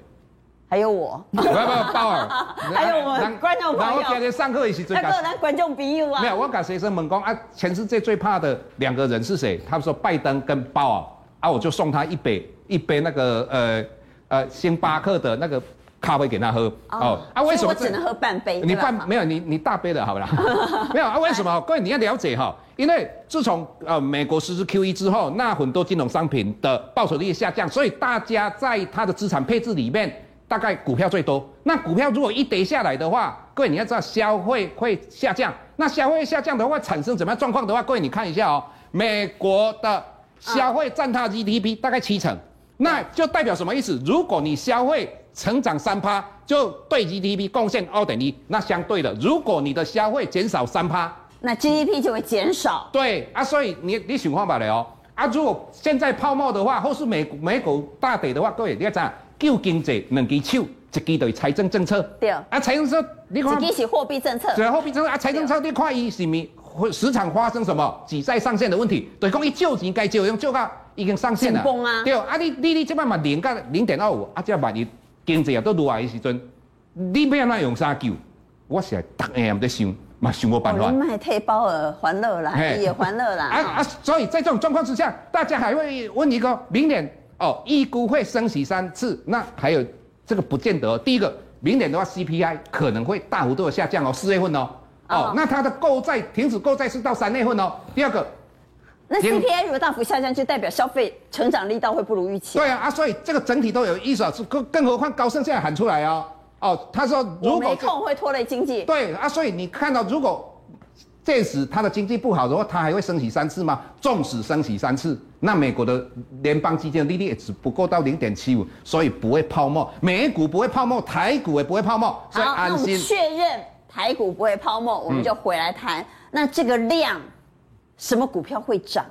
S1: 还有我，
S6: 不不，鲍尔，
S1: 还有我们观众朋友
S6: 然后今天上课的时阵
S1: 还，有咱观众朋友啊
S6: 没。有，我跟学生们讲啊，全世界最怕的两个人是谁？他们说拜登跟鲍尔啊，我就送他一杯一杯那个呃呃星巴克的那个咖啡给他喝哦啊，为什
S1: 所
S6: 么
S1: 以我只能喝半杯？
S6: 你
S1: 对吧
S6: 半没有你你大杯的好不啦？ [laughs] 没有啊，为
S1: [laughs]
S6: 什么？各位你要了解哈，因为自从呃美国实施 QE 之后，那很多金融商品的报酬率下降，所以大家在他的资产配置里面大概股票最多。那股票如果一跌下来的话，各位你要知道消费会下降，那消费下降的话产生怎么样状况的话，各位你看一下哦，美国的消费占它 GDP 大概七成，那就代表什么意思？如果你消费成长三趴，就对 GDP 贡献二点一，那相对的，如果你的消费减少三趴，
S1: 那 GDP 就会减少。
S6: 对啊，所以你你想看法了哦。啊，如果现在泡沫的话，或是美美股大跌的话，各位你要知道救经济两只手，一支就是财政政策，
S1: 对
S6: 啊，财政政策你看
S1: 只，一起货币政策，
S6: 只要货币政策啊，财政政策你看伊是咪会时常发生什么挤债上限的问题？对，讲伊救钱该救用救到已经上限了，
S1: 紧绷啊
S6: 对，啊你你你即摆嘛零到零点二五，啊，即万一经济也都落来的时阵，你要安怎用啥救？我是逐下也在想，嘛想无办法
S1: 我。哦们卖退包尔还乐啦，
S6: 嘿
S1: 哎也还乐啦。
S6: 啊啊！所以在这种状况之下，大家还会问一个明年哦，预估会升息三次，那还有这个不见得哦、第一个，明年的话 CPI 可能会大幅度的下降哦，四月份哦，哦，
S1: 哦
S6: 那它的购债停止购债是到三月份哦。第二个，
S1: 那
S6: 因
S1: CPI 如果大幅下降，就代表消费成长力道会不如预期。
S6: 对啊啊，所以这个整体都有意思啊，是更更何况高盛现在喊出来哦，哦，他说
S1: 我
S6: 如
S1: 没
S6: 果这
S1: 空会拖累经济。
S6: 对啊，所以你看到，如果这时它的经济不好的话，它还会升息三次吗？纵使升息三次，那美国的联邦基金的利率也只不过到零点七五，所以不会泡沫，美股不会泡沫，台股也不会泡沫，啊所以
S1: 好，那
S6: 安
S1: 我们
S6: 心。嗯
S1: 确认台股不会泡沫，我们就回来谈、那这个量，什么股票会涨，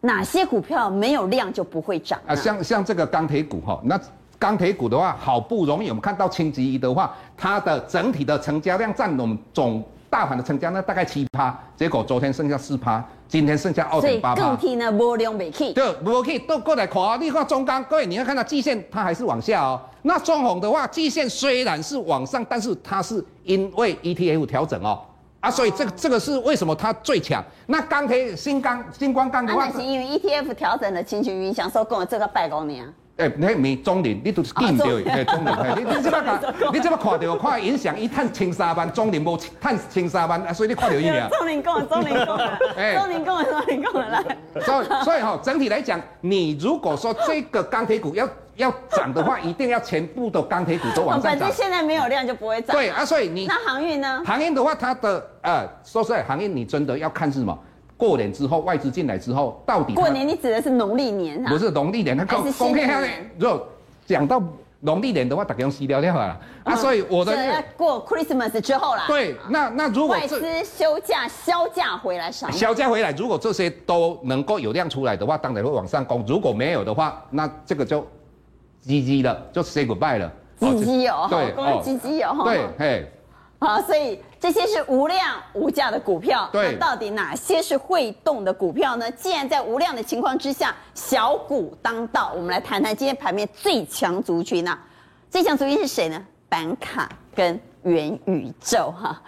S1: 哪些股票没有量就不会涨
S6: 啊，像像这个钢铁股哈、那钢铁股的话，好不容易我们看到清吉一的话，它的整体的成交量占我们总大盘的成交量大概七趴，结果昨天剩下四趴，今天剩下二
S1: 所
S6: 点
S1: 以
S6: 八趴。
S1: 更替呢波量没 key。
S6: 对，我可以都过来看啊。你看中钢，各位你要看到季线它还是往下哦。那中红的话，季线虽然是往上，但是它是因为 ETF 调整哦。啊，所以这个这个是为什么它最强？那钢铁新钢新光钢的
S1: 啊，
S6: 话
S1: 那，是因为 ETF 调整了情绪影响，说跟我这个拜公年。
S6: 哎、你那没中林，你都是见唔到的，哎、中林，哎，你你这么看，你这么看到，看影响一探青沙班，中林无探青沙班，啊，所以你看到伊啊。
S1: 钟林跟我，钟林跟我，
S6: [laughs] 哎
S1: 钟林跟我，钟林跟我来。
S6: 所以所以哈、整体来讲，你如果说这个钢铁股要要涨的话，一定要全部的钢铁股都往上
S1: 哦反
S6: 涨
S1: 正。现在没有量就不会涨。
S6: 对啊，所以你
S1: 那航运呢？
S6: 行业的话，它的呃，说实在，行业你真的要看是什么。过年之后，外资进来之后，到底它
S1: 过年你指的是农历年啊？
S6: 不是农历年，它
S1: 还是新
S6: 公
S1: 的
S6: 公开
S1: 年
S6: 如果讲到农历年的话，大家用洗掉掉了啦啊，所以我的
S1: 这哦要嗯呃过 Christmas 之后啦。
S6: 对，那那如果
S1: 外
S6: 这
S1: 资休假、销假回来赏。
S6: 小加回来，如果这些都能够有量出来的话，当然会往上攻；如果没有的话，那这个就 GG 了，就 say goodbye 了。
S1: 唧唧哦，
S6: 哦对
S1: 公司唧唧哦，
S6: 对，嘿，
S1: 好，所以这些是无量无价的股票。
S6: 对
S1: 那到底哪些是会动的股票呢？既然在无量的情况之下，小股当道，我们来谈谈今天盘面最强族群啊。最强族群是谁呢？板卡跟元宇宙哈、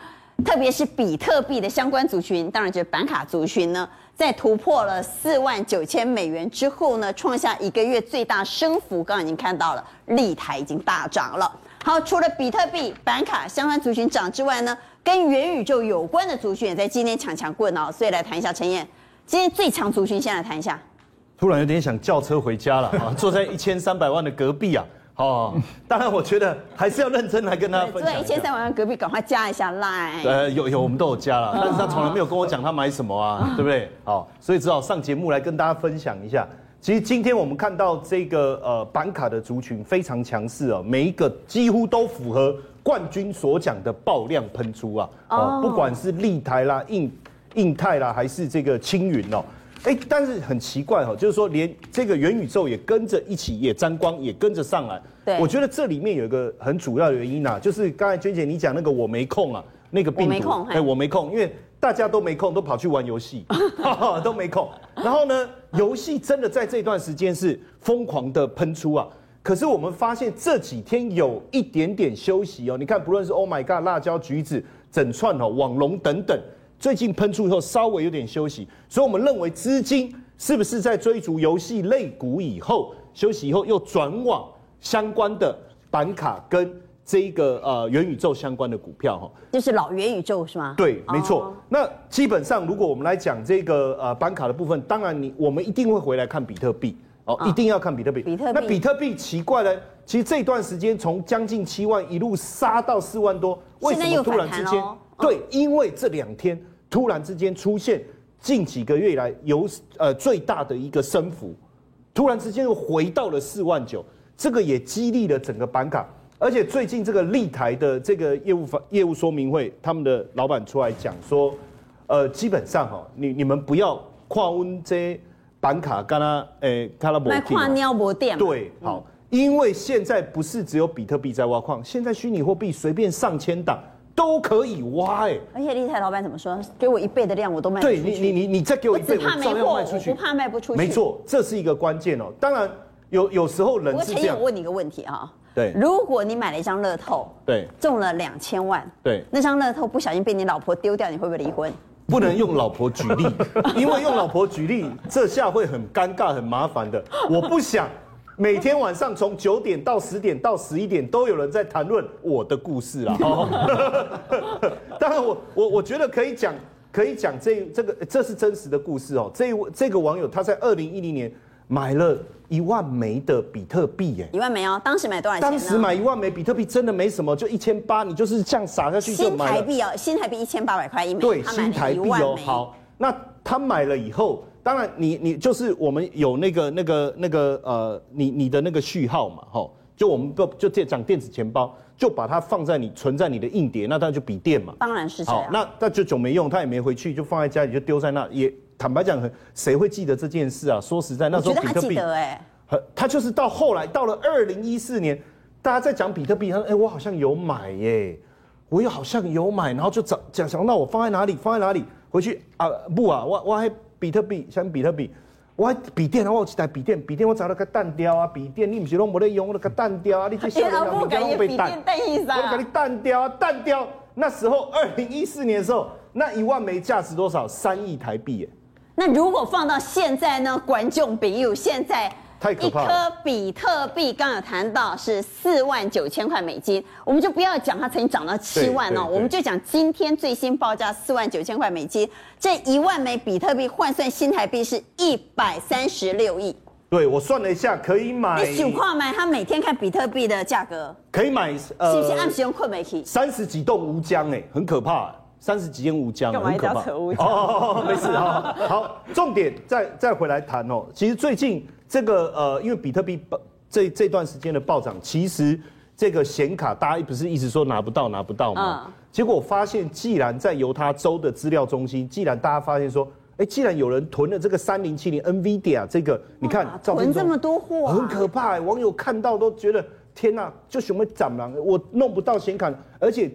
S1: 特别是比特币的相关族群，当然就是板卡族群呢，在突破了四万九千美元之后呢，创下一个月最大升幅。刚刚已经看到了，立台已经大涨了。好，除了比特币、板卡相关族群涨之外呢，跟元宇宙有关的族群也在今天抢抢棍哦。所以来谈一下陈燕，今天最强族群先来谈一下。
S5: 突然有点想叫车回家了
S1: [laughs]
S5: 啊，坐在一千三百万的隔壁啊。哦，当然，我觉得还是要认真来跟大家
S1: 坐
S5: 分
S1: 在
S5: 享
S1: 一
S5: 一下
S1: 千。三百万隔壁，赶快加一下 line。
S5: 呃，有有，我们都有加了，但是他从来没有跟我讲他买什么啊，对不对？好，所以只好上节目来跟大家分享一下。其实今天我们看到这个呃板卡的族群非常强势啊，每一个几乎都符合冠军所讲的爆量喷出啊，哦，不管是立台啦、印印泰啦，还是这个青云哦。哎，但是很奇怪哦，就是说连这个元宇宙也跟着一起也沾光，也跟着上来。
S1: 对
S5: 我觉得这里面有一个很主要的原因啊，就是刚才娟姐你讲那个我没空啊，那个病
S1: 我
S5: 毒，
S1: 没空嘿
S5: 哎，我没空，因为大家都没空，都跑去玩
S1: [laughs]
S5: 游戏， [laughs] 都没空。然后呢，游戏真的在这段时间是疯狂的喷出啊。可是我们发现这几天有一点点休息哦，你看，不论是 Oh My God、辣椒、橘子、整串哦、网龙等等，最近喷出以后稍微有点休息，所以我们认为资金是不是在追逐游戏类股以后休息以后又转往相关的板卡跟这一个呃元宇宙相关的股票哈、哦？
S1: 就是老元宇宙是吗？
S5: 对，没
S1: 哦
S5: 错。那基本上，如果我们来讲这个呃板卡的部分，当然你我们一定会回来看比特币，哦，一定要看比特币。
S1: 啊比特币
S5: 那比特币奇怪了，其实这段时间从将近七万一路杀到四万多，
S1: 现
S5: 为什
S1: 在
S5: 么
S1: 又
S5: 突然
S1: 反
S5: 之
S1: 弹哦嗯
S5: 间
S1: 咯？
S5: 对，因为这两天突然之间出现近几个月以来有呃最大的一个升幅，突然之间又回到了四万九，这个也激励了整个板卡。而且最近这个立台的这个业务法业务说明会，他们的老板出来讲说，呃，基本上哈、你你们不要跨温这板卡呃跟他诶跟他
S1: 卖跨尿嗯博店嘛，
S5: 啊对，好，因为现在不是只有比特币在挖矿，现在虚拟货币随便上千档都可以挖、哎，
S1: 而且立泰老板怎么说？给我一倍的量，我都卖不出
S5: 对
S1: 去。
S5: 你你你你再给我
S1: 我
S5: 一倍，
S1: 只
S5: 我
S1: 怕没
S5: 照
S1: 货，
S5: 样卖
S1: 我
S5: 出
S1: 不
S5: 去。
S1: 怕卖不出去。
S5: 没。错，这是一个关键哦。当然，有有时候
S1: 不
S5: 人
S1: 过
S5: 是
S1: 陈
S5: 这
S1: 毅，
S5: 样
S1: 我，问你一个问题啊。
S5: 对
S1: 如果你买了一张乐透，
S5: 对，
S1: 中了两千万，
S5: 对
S1: 那张乐透不小心被你老婆丢掉，你会不会离婚？
S5: 不能用老婆举 [laughs] 例，因为用老婆举例，这下会很尴尬、很麻烦的。我不想每天晚上从九点到十点到十一点都有人在谈论我的故事啦。哦 [laughs] 当然我，我我觉得可以讲，可以讲这这个这是真实的故事哦。这一位这个网友他在二零一零年买了一万枚的比特币耶。
S1: 一万啊没有，当时买多少钱呢？
S5: 当时买一万枚比特币真的没什么，就一千八，你就是这样撒下去就
S1: 新
S5: 买了。
S1: 台币哦，新台币一千八百块一枚，
S5: 对，
S1: 他买
S5: 新
S1: 了
S5: 台
S1: 一
S5: 币
S1: 万
S5: 哦。
S1: 枚。
S5: 好，那他买了以后，当然你你就是我们有那个那个那个呃，你你的那个序号嘛，吼，就我们不就电讲电子钱包，就把它放在你存在你的硬碟，那当然就笔电嘛。
S1: 当然是这啊
S5: 好
S1: 样，。
S5: 那那就久没用，他也没回去，就放在家里，就丢在那。也坦白讲，很谁会记得这件事啊？说实在，那
S1: 我
S5: 时候
S1: 觉得他
S5: 比特
S1: 记
S5: 币
S1: 得哎，
S5: 很，他就是到后来到了二零一四年，大家在讲比特币，他说：“哎、我好像有买耶，我也好像有买。”然后就找讲想到我放在哪里，放在哪里，回去啊不啊，我我还比特币，像比特币，我还笔电，我有一台笔电，笔电我找了个蛋雕啊，笔电你不是拢没得用，我个蛋雕啊，
S1: [laughs]
S5: 你这
S1: 因
S5: 小
S1: 为阿
S5: 人
S1: 布
S5: 物
S1: 感觉比电带意思
S5: 我就给
S1: 啊
S5: 你。淡掉啊，淡掉。那时候二零一四年的时候，那一万枚价值多少？三亿台币耶。
S1: 那如果放到现在呢？观众朋友，现在
S5: 太可
S1: 一
S5: 怕了
S1: 颗比特币刚有谈到是四万九千块美金，我们就不要讲它曾经涨到七万
S5: 对
S1: 哦
S5: 对，对
S1: 我们就讲今天最新报价四万九千块美金，这一万枚比特币换算新台币是一百三十六亿。
S5: 对我算了一下，可以买，
S1: 你想看买，他每天看比特币的价格，
S5: 可以买呃
S1: 是不是按使用困美起？
S5: 三十几栋吴江哎，很可怕、三十几间吴江，欸
S1: 干嘛
S5: 很可
S1: 一定
S5: 怕。
S1: 要扯吴江
S5: 哦，没事啊。好好，重点再再回来谈哦。其实最近这个呃，因为比特币暴这这段时间的暴涨，其实这个显卡大家不是一直说拿不到拿不到吗？
S1: 嗯
S5: 结果我发现，既然在犹他州的资料中心，既然大家发现说，哎，既然有人囤了这个三零七零 NVIDIA 这个，你看
S1: 哇
S5: 照
S1: 囤
S5: 片中
S1: 这么多货、啊，
S5: 很可怕、欸，网友看到都觉得天呐、就什么蟑螂，我弄不到显卡，而且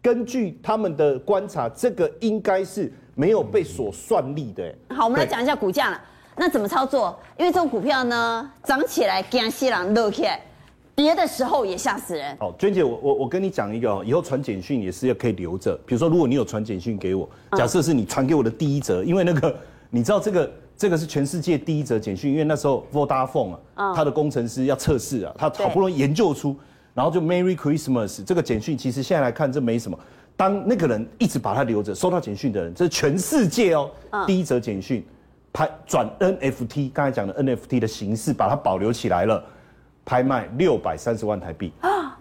S5: 根据他们的观察，这个应该是没有被所算力的、欸。
S1: 好，我们来
S5: 对
S1: 讲一下股价了。那怎么操作？因为这种股票呢，涨起来惊西郎乐起来，跌的时候也吓死人。
S5: 好，哦娟姐，我我我跟你讲一个哦，以后传简讯也是要可以留着。比如说，如果你有传简讯给我，假设是你传给我的第一则，因为那个你知道这个这个是全世界第一则简讯，因为那时候 Vodafone 啊，他的工程师要测试啊，他好不容易研究出，然后就 Merry Christmas 这个简讯，其实现在来看这没什么。当那个人一直把它留着，收到简讯的人，这是全世界哦，第一则简讯，拍转 NFT，刚才讲的 NFT 的形式，把它保留起来了，拍卖六百三十万台币。
S1: 啊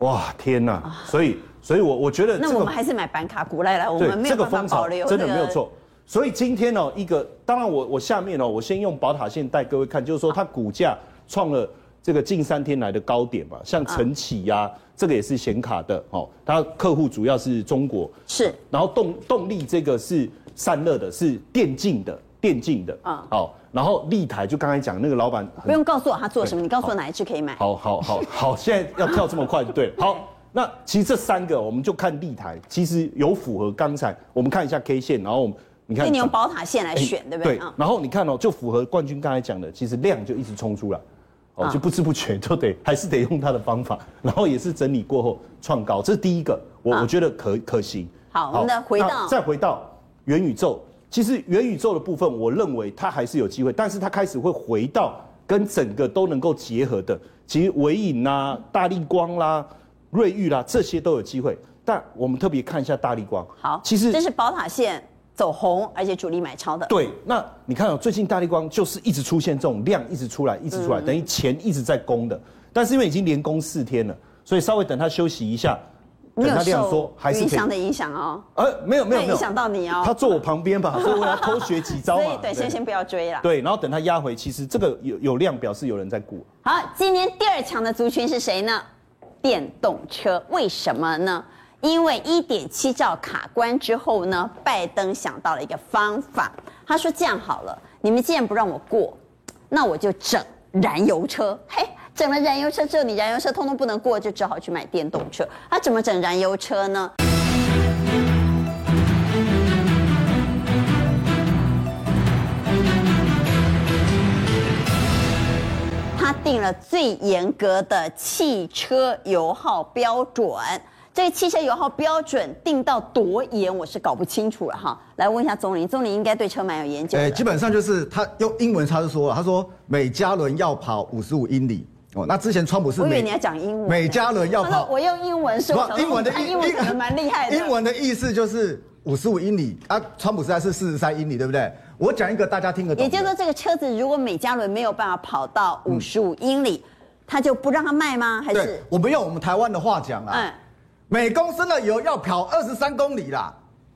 S5: 哇，天呐！所以，所以我我觉得
S1: 那
S5: 这
S1: 我
S5: 个
S1: 们还是买板卡股来来，我
S5: 对
S1: 们没有
S5: 这个
S1: 办法
S5: 风潮
S1: 保留
S5: 真的
S1: 这个
S5: 没有错。所以今天哦呢，一个当然我我下面哦呢，我先用宝塔线带各位看，就是说它股价创了这个近三天来的高点嘛，像
S1: 啊
S5: 晨起呀、这个也是显卡的哦，它客户主要是中国，
S1: 是
S5: 然后动动力这个是散热的，是电竞的，电竞的
S1: 啊
S5: 啊，好，然后立台就刚才讲那个老板
S1: 不
S5: 很
S1: 用告诉我他做什么，
S5: 对
S1: 你告诉我哪一只可以买。
S5: 好好好好，现在要跳这么快就
S1: [laughs]
S5: 对了。好，那其实这三个我们就看立台，其实有符合刚才我们看一下 K 线，然后我们你
S1: 所
S5: 看
S1: 以你用
S5: 涨
S1: 宝塔线来选，对不对？啊，
S5: 哎然后你看哦，就符合冠军刚才讲的，其实量就一直冲出来，
S1: 啊
S5: 哦，就不知不觉就得 [laughs] 还是得用他的方法，然后也是整理过后创高，这是第一个，我
S1: 啊
S5: 我觉得可可行。
S1: 好我们再回到
S5: 那再回到元宇宙，其实元宇宙的部分，我认为它还是有机会，但是它开始会回到跟整个都能够结合的，其实微影啦、大力光啦、瑞昱啦这些都有机会，但我们特别看一下大力光。
S1: 好，
S5: 其实
S1: 这是宝塔线走红，而且主力买超的。
S5: 对，那你看哦，最近大力光就是一直出现这种量一直出来，一直
S1: 嗯
S5: 出来，等于钱一直在供的。但是因为已经连供四天了，所以稍微等它休息一下，等
S1: 你
S5: 它
S1: 有
S5: 量缩
S1: 受
S5: 还是
S1: 云
S5: 可
S1: 翔
S5: 以。
S1: 的影响哦，
S5: 呃，没有没有
S1: 那
S5: 没有，
S1: 影响到你哦
S5: 他坐我旁边吧，所以我要偷学几招
S1: [laughs] 所
S5: 嘛。
S1: 以对，先先不要追了。
S5: 对，然后等它压回，其实这个有有量表示有人在顾。
S1: 好，今天第二强的族群是谁呢？电动车，为什么呢？因为一点七兆卡关之后呢，拜登想到了一个方法，他说这样好了，你们既然不让我过，那我就整燃油车。嘿，整了燃油车之后，你燃油车通通不能过，就只好去买电动车。他怎么整燃油车呢？他定了最严格的汽车油耗标准。这个汽车油耗标准定到多严，我是搞不清楚了哈。来问一下钟林，钟林应该对车蛮有研究
S3: [laughs] 哎、
S1: 的。
S3: 基本上就是他用英文他就说了，他说每加仑要跑五十五英里哦。那之前川普是
S1: 我以为
S3: 每
S1: 你要讲英文。
S3: 每加仑要
S1: 他说
S3: 跑
S1: 我用英文说，我想
S3: 不
S1: 说
S3: 英文的
S1: 他英文可能蛮厉害的。
S3: 英文的意思就是五十五英里啊，川普现在是四十三英里，对不对？我讲一个大家听得懂的，
S1: 也就是说，这个车子如果每加仑没有办法跑到五十五英里，他就不让它卖吗？还
S3: 嗯对
S1: 是，
S3: 我们用我们台湾的话讲啦，
S1: 嗯，
S3: 每公升的油要跑二十三公里啦。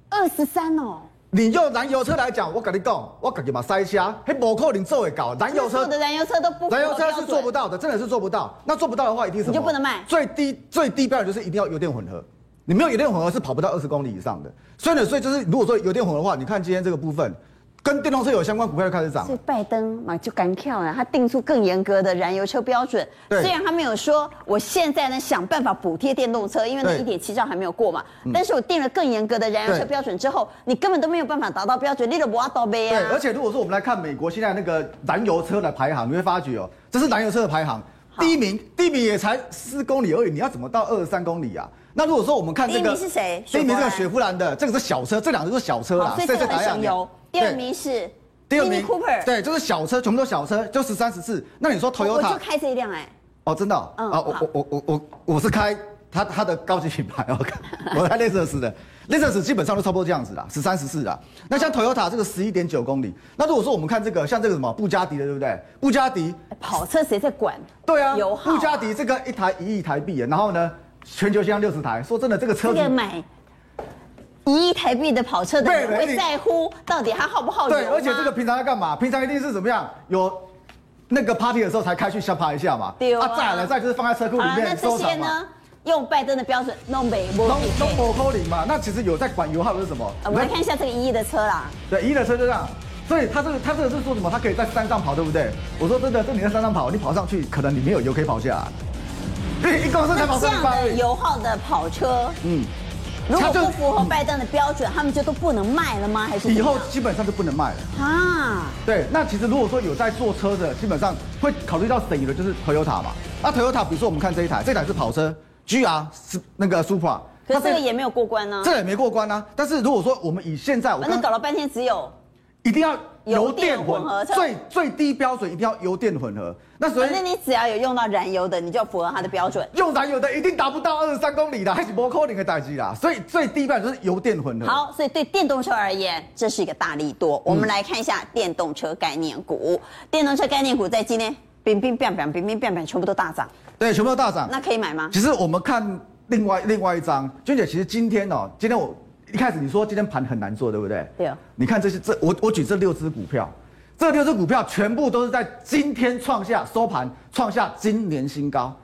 S1: 二十三哦，
S3: 你用燃油车来讲，我跟你讲，我自己嘛塞车，嘿，某扣你做会搞燃油
S1: 所
S3: 啊车
S1: 有。的燃油车都不符合
S3: 燃油车是
S1: 标准
S3: 做不到的，真的是做不到。那做不到的话，一定是什么
S1: 你就不能卖
S3: 最低最低标准就是一定要油电混合，你没有油电混合是跑不到二十公里以上的。所以呢，所以就是如果说油电混合的话，你看今天这个部分，跟电动车有相关股票就开始涨
S1: 所。以拜登嘛就敢跳啊了，他定出更严格的燃油车标准。
S3: 对
S1: 虽然他没有说我现在呢想办法补贴电动车，因为那一
S3: 对嗯
S1: 点七兆还没有过嘛，但是我定了更严格的燃油车
S3: 对
S1: 标准之后，你根本都没有办法达到标准，你都不要倒杯
S3: 对，
S1: 啊
S3: 而。且如果说我们来看美国现在那个燃油车的排行，你会发觉哦，这是燃油车的排行，第一名，第一名也才四公里而已，你要怎么到二十三公里啊？那如果说我们看这个
S1: 第一名是谁
S3: 第一名这个
S1: 雪
S3: 雪
S1: 佛
S3: 佛兰的，这个是小车，这两个都是小车啦
S1: 好，，所以这个
S3: 哪
S1: 很
S3: 样
S1: 省
S3: 的
S1: 油。第二
S3: 对
S1: 名是
S3: 第二
S1: Mini
S3: 名
S1: Cooper，
S3: 对，就是小车，全部都小车，就十三十四。那你说
S1: 我我
S3: Toyota
S1: 就开这一辆哎。
S3: 哦，真的哦、
S1: 嗯
S3: 啊，我我我我我我是开它它的高级品牌哦， [laughs] 我开 Lexus 的，Lexus 基本上都差不多这样子啦，十三十四啦。那像 Toyota 这个十一点九公里，那如果说我们看这个像这个什么布加迪的，对不对？布加迪
S1: 跑车谁在管？
S3: 对啊
S1: 油，耗啊
S3: 布加迪这个一台一亿台币，然后呢，全球限量六十台。说真的，这个车
S1: 这
S3: 子
S1: 个买一亿台币的跑车的人
S3: 对
S1: 会在乎到底它耗不耗油
S3: 对，
S1: 哦吗
S3: 而且这个平常要干嘛？平常一定是怎么样？有那个 party 的时候才开去瞎趴一下嘛。
S1: 对啊
S3: 再来了，再就是放在车库
S1: 好
S3: 里
S1: 了，那
S3: 面
S1: 这
S3: 收
S1: 些
S3: 藏嘛。
S1: 呢？用拜登的标准，弄北波
S3: 东东某扣零嘛，那其实有在管油耗的是什么？
S1: 啊呃我
S3: 哎
S1: 们来看一下这个一亿的车啦，
S3: 对，一的车就这样。所以他这个他这个是说什么？他可以在山上跑，对不对？我说真的，这你在山上跑，你跑上去可能你没有油可以跑下来，因为一公升
S1: 那
S3: 才跑
S1: 这
S3: 三
S1: 样
S3: 十八而
S1: 的
S3: 已。
S1: 油耗的跑车，嗯
S3: 嗯，
S1: 如果
S3: 它就
S1: 不符合拜登的标准，他们就都不能卖了吗？还是怎么
S3: 以
S1: 样
S3: 后基本上就不能卖了。
S1: 啊？
S3: 对，那其实如果说有在做车的，基本上会考虑到省油的就是 Toyota 嘛。那 Toyota 比如说我们看这一台，这台是跑车 GR 是那个 Supra，
S1: 可是这
S3: 那
S1: 个也没有过关呢、
S3: 这个也没过关啊。但是如果说我们以现在我
S1: 啊，
S3: 刚
S1: 那搞了半天只有，
S3: 一定要
S1: 油
S3: 油
S1: 电
S3: 电
S1: 混
S3: 混
S1: 合
S3: 合，
S1: 车
S3: 最最低标准一定要油电混合。那所以
S1: 反正你只要有用到燃油的，你就要符合它的标准。
S3: 用燃油的一定达不到二十三公里的，还是摩扣零的代机啦。所以最低标准就是油电混合。，
S1: 好，所以对电动车而言，这是一个大利多。
S3: 嗯
S1: 我们来看一下电动车概念股，电动车概念股在今天冰冰变变冰冰变变，全部都大涨，
S3: 对，全部都大涨。
S1: 那可以买吗？
S3: 其实我们看另外另外一张，娟姐，其实今天哦，今天我一开始你说今天盘很难做，对不对？
S1: 对哦
S3: 你看这些这我我举这六只股票，这六只股票全部都是在今天创下收盘创下今年新高，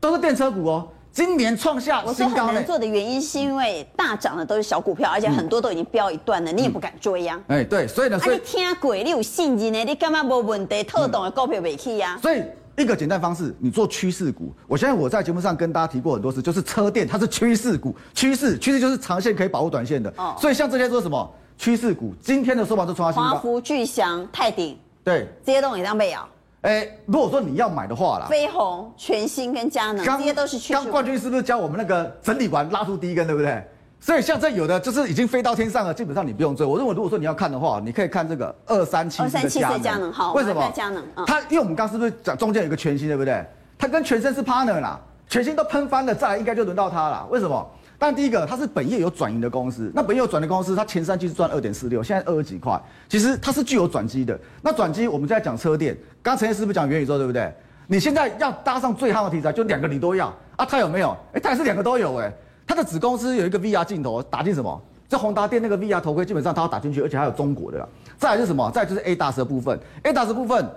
S3: 都是电车股哦，今年创下
S1: 我说
S3: 新
S1: 很
S3: 高呢
S1: 难。做的原因是因为大涨的都是小股
S3: 嗯
S1: 票，而且很多都已经飙一段了，你也不敢追呀、啊。
S3: 哎，对，所以呢，所
S1: 你
S3: 以
S1: 听过，你有信心呢？你干嘛无问题？特懂的股
S3: 嗯
S1: 票未去呀？
S3: 所以一个简单方式，你做趋势股。我相信我在节目上跟大家提过很多次，就是车电它是趋势股，趋势趋势就是长线可以保护短线的。
S1: 哦
S3: 所以像这些做什么趋势股，今天的收盘都创下新
S1: 华
S3: 高。
S1: 孚、巨翔、泰鼎
S3: 对，
S1: 这些都一样被咬，
S3: 哎、如果说你要买的话啦，
S1: 飞鸿、全新跟佳能这些都是趋势
S3: 啊刚
S1: 股
S3: 冠。军是不是教我们那个整理完拉出第一根，对不对？所以像这有的就是已经飞到天上了，基本上你不用追。我认为如果说你要看的话，你可以看这个二三七
S1: 2374的佳能好
S3: 为什
S1: 我们
S3: 么
S1: 来看佳能嗯
S3: 它因为我们刚是不是讲中间有一个全新，对不对？它跟全身是 partner 啦，全新都喷翻了，再来应该就轮到它啦。为什么？但第一个，它是本业有转盈的公司，那本业有转的公司，它前三季是赚二点四六，现在二十几块，其实它是具有转机的。那转机，我们现在讲车电，刚刚陈医师不讲元宇宙对不对？你现在要搭上最夯的题材，就两个你都要啊？它有没有？哎、它也是两个都有哎、它的子公司有一个 VR 镜头打进什么？这宏达电那个 VR 头盔，基本上它要打进去，而且还有中国的啦。再来是什么？再来就是 A 大的部分，A 大的部分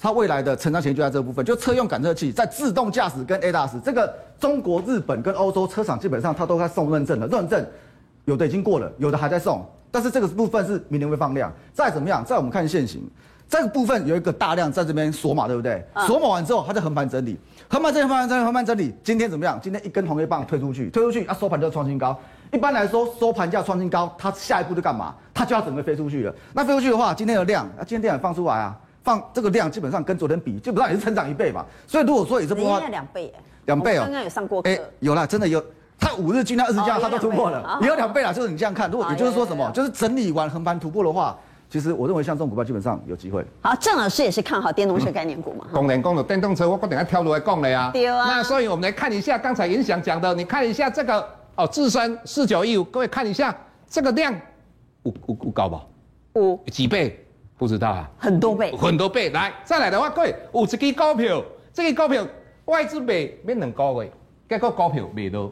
S3: 它未来的成长潜力就在这部分，就车用感测器在自动驾驶跟 ADAS 这个中国、日本跟欧洲车厂基本上它都在送认证了，认证有的已经过了，有的还在送，但是这个部分是明年会放量。再怎么样，再我们看现行，这个部分有一个大量在这边锁码，对不对？锁码完之后，它在横盘整理，横盘整理，横盘整理，横盘整理。今天怎么样？今天一根红 K 棒推出去，推出去，啊，收盘就创新高。一般来说，收盘价创新高，它下一步就干嘛？它就要整个飞出去了。那飞出去的话，今天的量，啊，今天量也放出来啊。放这个量基本上跟昨天比，基本上也是成长一倍嘛。所以如果说以这
S1: 人
S3: 波
S1: 家要两倍耶，
S3: 啊两倍哦、
S1: 我刚刚有上过课
S3: 哎，有啦，真的有。它五日均量二十
S1: 哦
S3: 价，
S1: 有
S3: 它都突破了
S1: 两倍，
S3: 也有两倍啦。就是你这样看，如果
S1: 哦
S3: 也就是说什
S1: 有有
S3: 么
S1: 有，
S3: 就是整理完横盘突破的话，其实我认为像这种股票基本上有机会。
S1: 好，郑老师也是看好电动车概念股嘛？哈
S6: 功能功能电动车，我等下跳出来讲了呀。
S1: 对啊
S6: 那所以我们来看一下刚才云翔讲的，你看一下这个哦，自身四九一五，各位看一下这个量，有有有高吧？
S3: 嗯
S1: 五
S6: 几倍？不知道啊。
S1: 很多倍，
S6: 很多倍。来，再来的话，各位有一支股票，这支股票外资卖卖两个月，结果股票卖到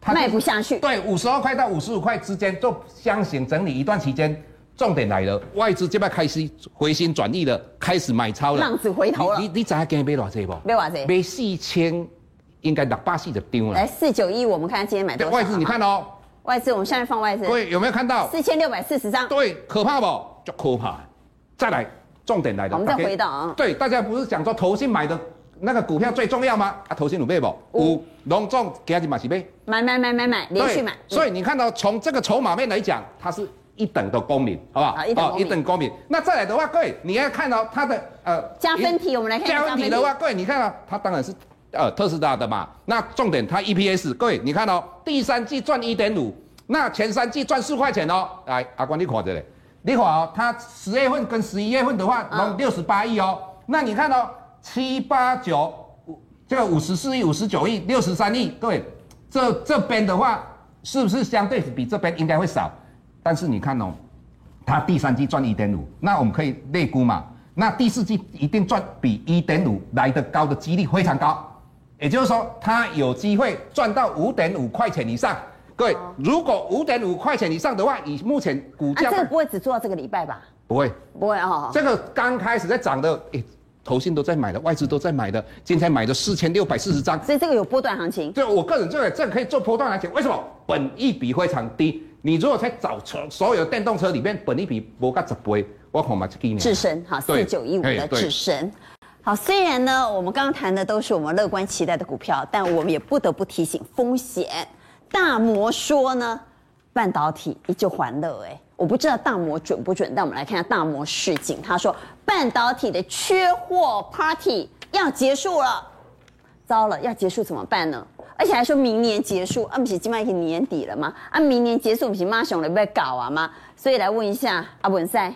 S6: 它
S1: 卖不下去。
S6: 对，五十二块到五十五块之间做箱型整理一段期间。重点来了，外资这边开始回心转意了，开始买超了，
S1: 浪子回头了
S6: 你你你知道今日买多少不？
S1: 买多少
S6: 买四千，应该六百四十张了
S1: 来。四九一，我们看看今天买多
S6: 对，
S1: 少？
S6: 外资你，看哦，
S1: 外资我们现在放外资
S6: 各，位有没有看到？
S1: 四千六百四十张。
S6: 对，可怕不？就可怕。再来，重点来了。
S1: 我们再
S6: 大家
S1: 回到啊
S6: 对，大家不是讲说投信买的那个股票最重要吗？啊，投信有买不？
S1: 有
S6: 有，隆重给他去买几倍？
S1: 买买买买买，连续
S6: 对
S1: 买。嗯
S6: 所以你看到从这个筹码面来讲，它是一等的公民，好不好？
S1: 啊一等公民
S6: 一等公民。那再来的话，各位你要看到它的呃
S1: 加分题我们来看一下
S6: 加分题的话，各位你看到它当然是呃特斯拉的嘛。那重点它 EPS，各位你看哦，第三季赚一点五，那前三季赚四块钱哦。来，阿光你看着嘞，你看哦，它十月份跟十一月份的话，
S1: 嗯
S6: 能六十八亿哦。那你看哦，七八九五这个五十四亿、五十九亿、六十三亿，各位这这边的话，是不是相对比这边应该会少？但是你看哦，它第三季赚一点五，那我们可以内估嘛，那第四季一定赚比一点五来的高的几率非常高，也就是说它有机会赚到五点五块钱以上。各位，如果五点五块钱以上的话，以目前股
S1: 哦啊，
S6: 价、
S1: 这个不会只做到这个礼拜吧？
S6: 不会，
S1: 不会哦。
S6: 这个刚开始在涨的，诶、投信都在买的，外资都在买的，今天买的四千六百四十张，
S1: 所以这个有波段行情。
S6: 对我个人认为这个可以做波段来讲，为什么？本益比非常低。你如果在找车所有电动车里面，本益比不到十倍，我恐怕这个
S1: 智深哈，四
S6: 对
S1: 九一五
S6: 哎
S1: 的
S6: 对
S1: 智深。好，虽然呢，我们刚刚谈的都是我们乐观期待的股票，但我们也不得不提醒风险。大摩说呢，半导体依旧还乐哎、我不知道大摩准不准，但我们来看一下大摩市井，他说半导体的缺货 party 要结束了。糟了，要结束怎么办呢？而且还说明年结束，啊，不是今晚已经年底了吗？啊，明年结束，不是马上了被搞啊吗？所以来问一下阿文赛，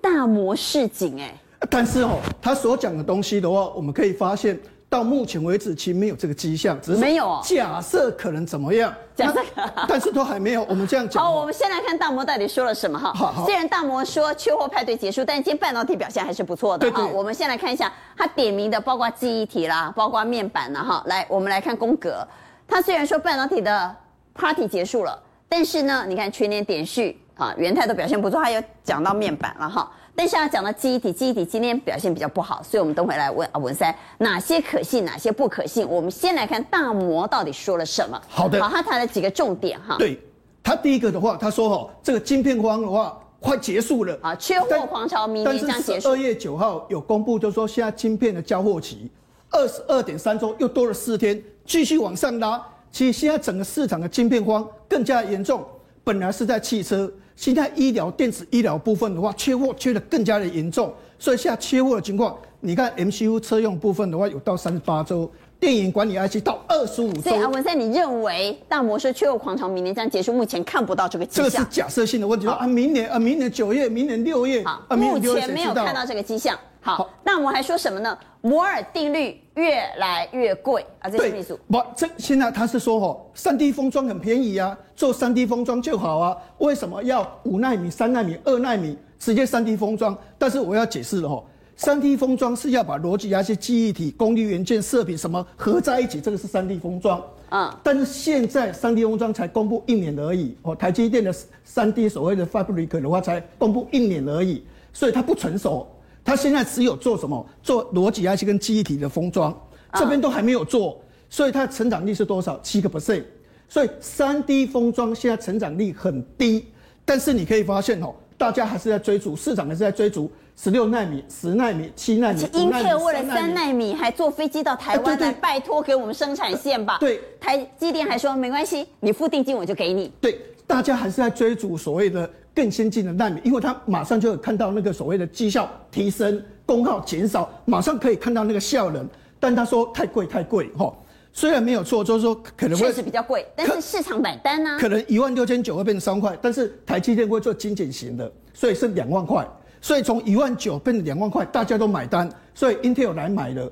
S1: 大模市井哎、
S7: 但是哦，他所讲的东西的话，我们可以发现，到目前为止其实没有这个迹象，只是
S1: 没有哦
S7: 假设可能怎么样？
S1: 假设
S7: 那但是都还没有。我们这
S1: [laughs]
S7: 样讲
S1: 好，我
S7: 哦，
S1: 们先来看大摩到底说了什么
S7: 好
S1: 哈。
S7: 好
S1: 虽然大摩说缺货派对结束，但今天半导体表现还是不错的啊
S7: 对对
S1: 我们先来看一下他点名的，包括记忆体啦，包括面板啦哈。来，我们来看宫格，他虽然说半导体的 party 结束了，但是呢，你看全年点续啊，元泰都表现不错，还有讲到面板了哈。但是要讲到记忆体，记忆体今天表现比较不好，所以我们等会来问啊文三哪些可信，哪些不可信。我们先来看大摩到底说了什么。
S7: 好的
S1: 好，他谈了几个重点哈。
S7: 对他第一个的话，他说哦，这个晶片荒的话快结束了
S1: 啊，缺货
S7: 但
S1: 狂潮明
S7: 但
S1: 年
S7: 是
S1: 将结
S7: 十
S1: 束
S7: 二。月九号有公布，就说现在晶片的交货期二十二点三周，又多了四天，继续往上拉。其实现在整个市场的晶片荒更加严重，本来是在汽车，现在医疗、电子医疗部分的话，缺货缺的更加的严重，所以现在缺货的情况，你看 MCU 车用部分的话有到三十八周，电影管理 IC 到二十五周
S1: 所以。阿啊文森，你认为大摩说缺货狂潮明年将结束？目前看不到这个迹
S7: 这个是
S1: 象。
S7: 假设性的问题，说啊，明年啊，明年九月，明年六月，
S1: 好
S7: 啊，，明
S1: 目
S7: 年六月
S1: 前
S7: 谁
S1: 没
S7: 知
S1: 有
S7: 道
S1: 看到这个迹象。好，那我们还说什么呢？摩尔定律越来越贵啊，这是秘书。
S7: 不，这现在他是说哦，三 D 封装很便宜啊，做三 D 封装就好啊，为什么要五纳米、三纳米、二纳米直接三 D 封装？但是我要解释了哦，三 D 封装是要把逻辑啊那些记忆体、功率元件、射频什么合在一起，这个是三 D 封装。
S1: 嗯
S7: 啊，但是现在三 D 封装才公布一年而已哦，台积电的三 D 所谓的 Fabric 的话才公布一年而已，所以它不成熟。它现在只有做什么？做逻辑 IC 跟记忆体的封装，这边都还没有做，所以它成长率是多少？七个 percent。所以三 D 封装现在成长率很低，但是你可以发现哦，大家还是在追逐，市场还是在追逐十六纳米、十纳米、七纳
S1: 而
S7: 米
S1: 且、
S7: 五纳米
S1: Intel 为了三
S7: 纳
S1: 纳
S7: 米
S1: 米还坐飞机到台湾
S7: 哎对
S1: 来，
S7: 对
S1: 拜托给我们生产线吧。
S7: 对，
S1: 台积电还说没关系，你付定金我就给你。
S7: 对，大家还是在追逐所谓的更先进的纳米，因为它马上就有看到那个所谓的绩效提升、功耗减少，马上可以看到那个效能。但他说太贵太贵哈，虽然没有错，就是说可能
S1: 确
S7: 会
S1: 实比较贵，但是市场买单啊呢、
S7: 可能哦一万六千九会变成三块，但是台积电会做精简型的，所以是两万块。所以从一万九变成两万块，大家都买单，所以 Intel 来买了。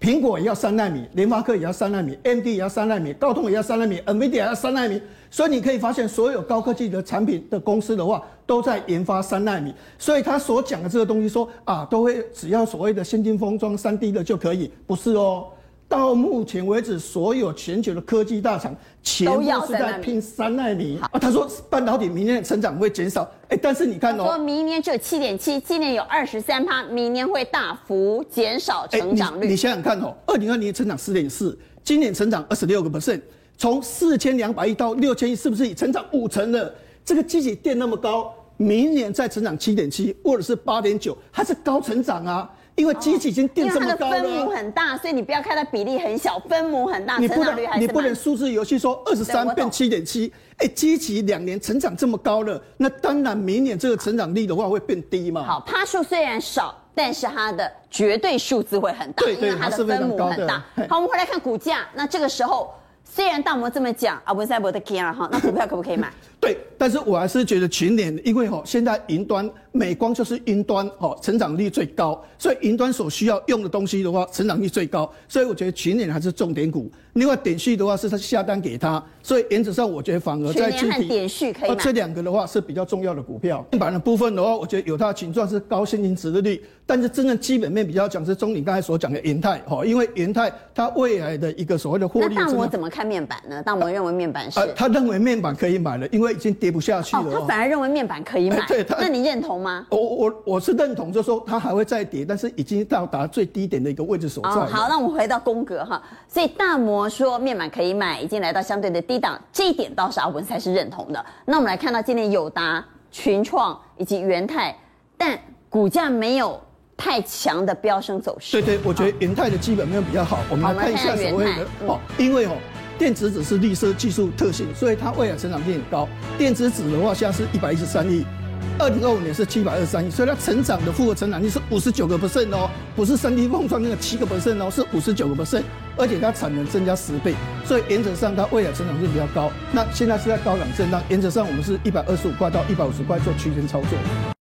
S7: 苹果也要三纳米，联发科也要三纳米，AMD 也要三纳米，高通也要三纳米，NVIDIA 也要三纳米，所以你可以发现，所有高科技的产品的公司的话，都在研发三纳米。所以他所讲的这个东西说啊，都会只要所谓的先进封装三 D 的就可以，不是哦。到目前为止，所有全球的科技大厂全
S1: 都
S7: 部
S1: 要
S7: 是
S1: 三纳
S7: 在
S1: 米
S7: 拼三纳米啊。他说半导体明年的成长会减少，哎，但是你看
S1: 说
S7: 哦，
S1: 明年只有七点七，今年有二十三趴，明年会大幅减少
S7: 哎，
S1: 成
S7: 你
S1: 长率。
S7: 你想想看哦，二零二年成长四点四，今年成长二十六个 percent，从四千两百亿到六千亿，是不是已成长五成了？这个基体垫那么高，明年再成长七点七或者是八点九，它是高成长啊，因
S1: 哦
S7: 为基体已经
S1: 因
S7: 垫
S1: 为
S7: 这
S1: 它
S7: 么
S1: 的
S7: 高
S1: 分
S7: 了
S1: 母
S7: 啊。
S1: 很大，所以你不要看它比例很小，分母很大，
S7: 你
S1: 成
S7: 不
S1: 长
S7: 能
S1: 率还是
S7: 你不
S1: 蛮
S7: 能数字游戏说二十
S1: 对我
S7: 三
S1: 懂
S7: 变七点七，哎，基期两年成长这么高了，那当然明年这个成长率的话会变低嘛。
S1: 好，趴数虽然少，但是它的绝对数字会很大，
S7: 对对
S1: 因为它
S7: 它
S1: 的
S7: 是非
S1: 分
S7: 常
S1: 母
S7: 高
S1: 很
S7: 的
S1: 大
S7: 嘿。
S1: 好，我们回来看股价。那这个时候，虽然大摩这么讲啊，文赛博的 K 了哈，
S7: [laughs]
S1: 那股票可不可以买？
S7: 对，但是我还是觉得群联，因为哦，现在云端美光就是云端哦，成长率最高，所以云端所需要用的东西的话，成长率最高，所以我觉得群联还是重点股。另外点序的话是他下单给他，所以原则上我觉得反而在
S1: 群联和
S7: 具体
S1: 点序可以
S7: 哦
S1: 买嗯
S7: 这两个的话是比较重要的股票。面板的部分的话，我觉得有它的情状是高现金值利率，但是真正基本面比较讲是中你刚才所讲的元泰哦，因为元泰它未来的一个所谓的获
S1: 那
S7: 利
S1: 大
S7: 真
S1: 摩
S7: 的
S1: 怎么看面板呢？大摩认为面板是
S7: 呃，他认为面板可以买了，因为已经跌不下去了
S1: 哦，
S7: 哦。
S1: 他反而认为面板可以买
S7: 哎 [laughs] 对，他
S1: 那你认同吗？
S7: 我我我是认同，就是说它还会再跌，但是已经到达最低点的一个位置所在了。
S1: 哦，好，那我们回到宫格哈，所以大摩说面板可以买，已经来到相对的低档，这一点倒是阿文才是认同的。那我们来看到今年友达、群创以及元泰，但股价没有太强的飙升走势。
S7: 对对，我觉得元泰的基本面比较好，我们来看一下所谓
S1: 好我们看一下元
S7: 的
S1: 泰嗯
S7: 哦，因为哦，电子纸是绿色技术特性，所以它未来成长性很高。电子纸的话，现在是一百一十三亿。二零二五年是七百二十三亿，所以它成长的复合成长率是五十九个 percent 哦，不是三 D 碰撞那个七个 percent 哦，是五十九个 percent，而且它产能增加十倍，所以原则上它未来成长性比较高。那现在是在高档震荡，原则上我们是一百二十五块到一百五十块做区间操作。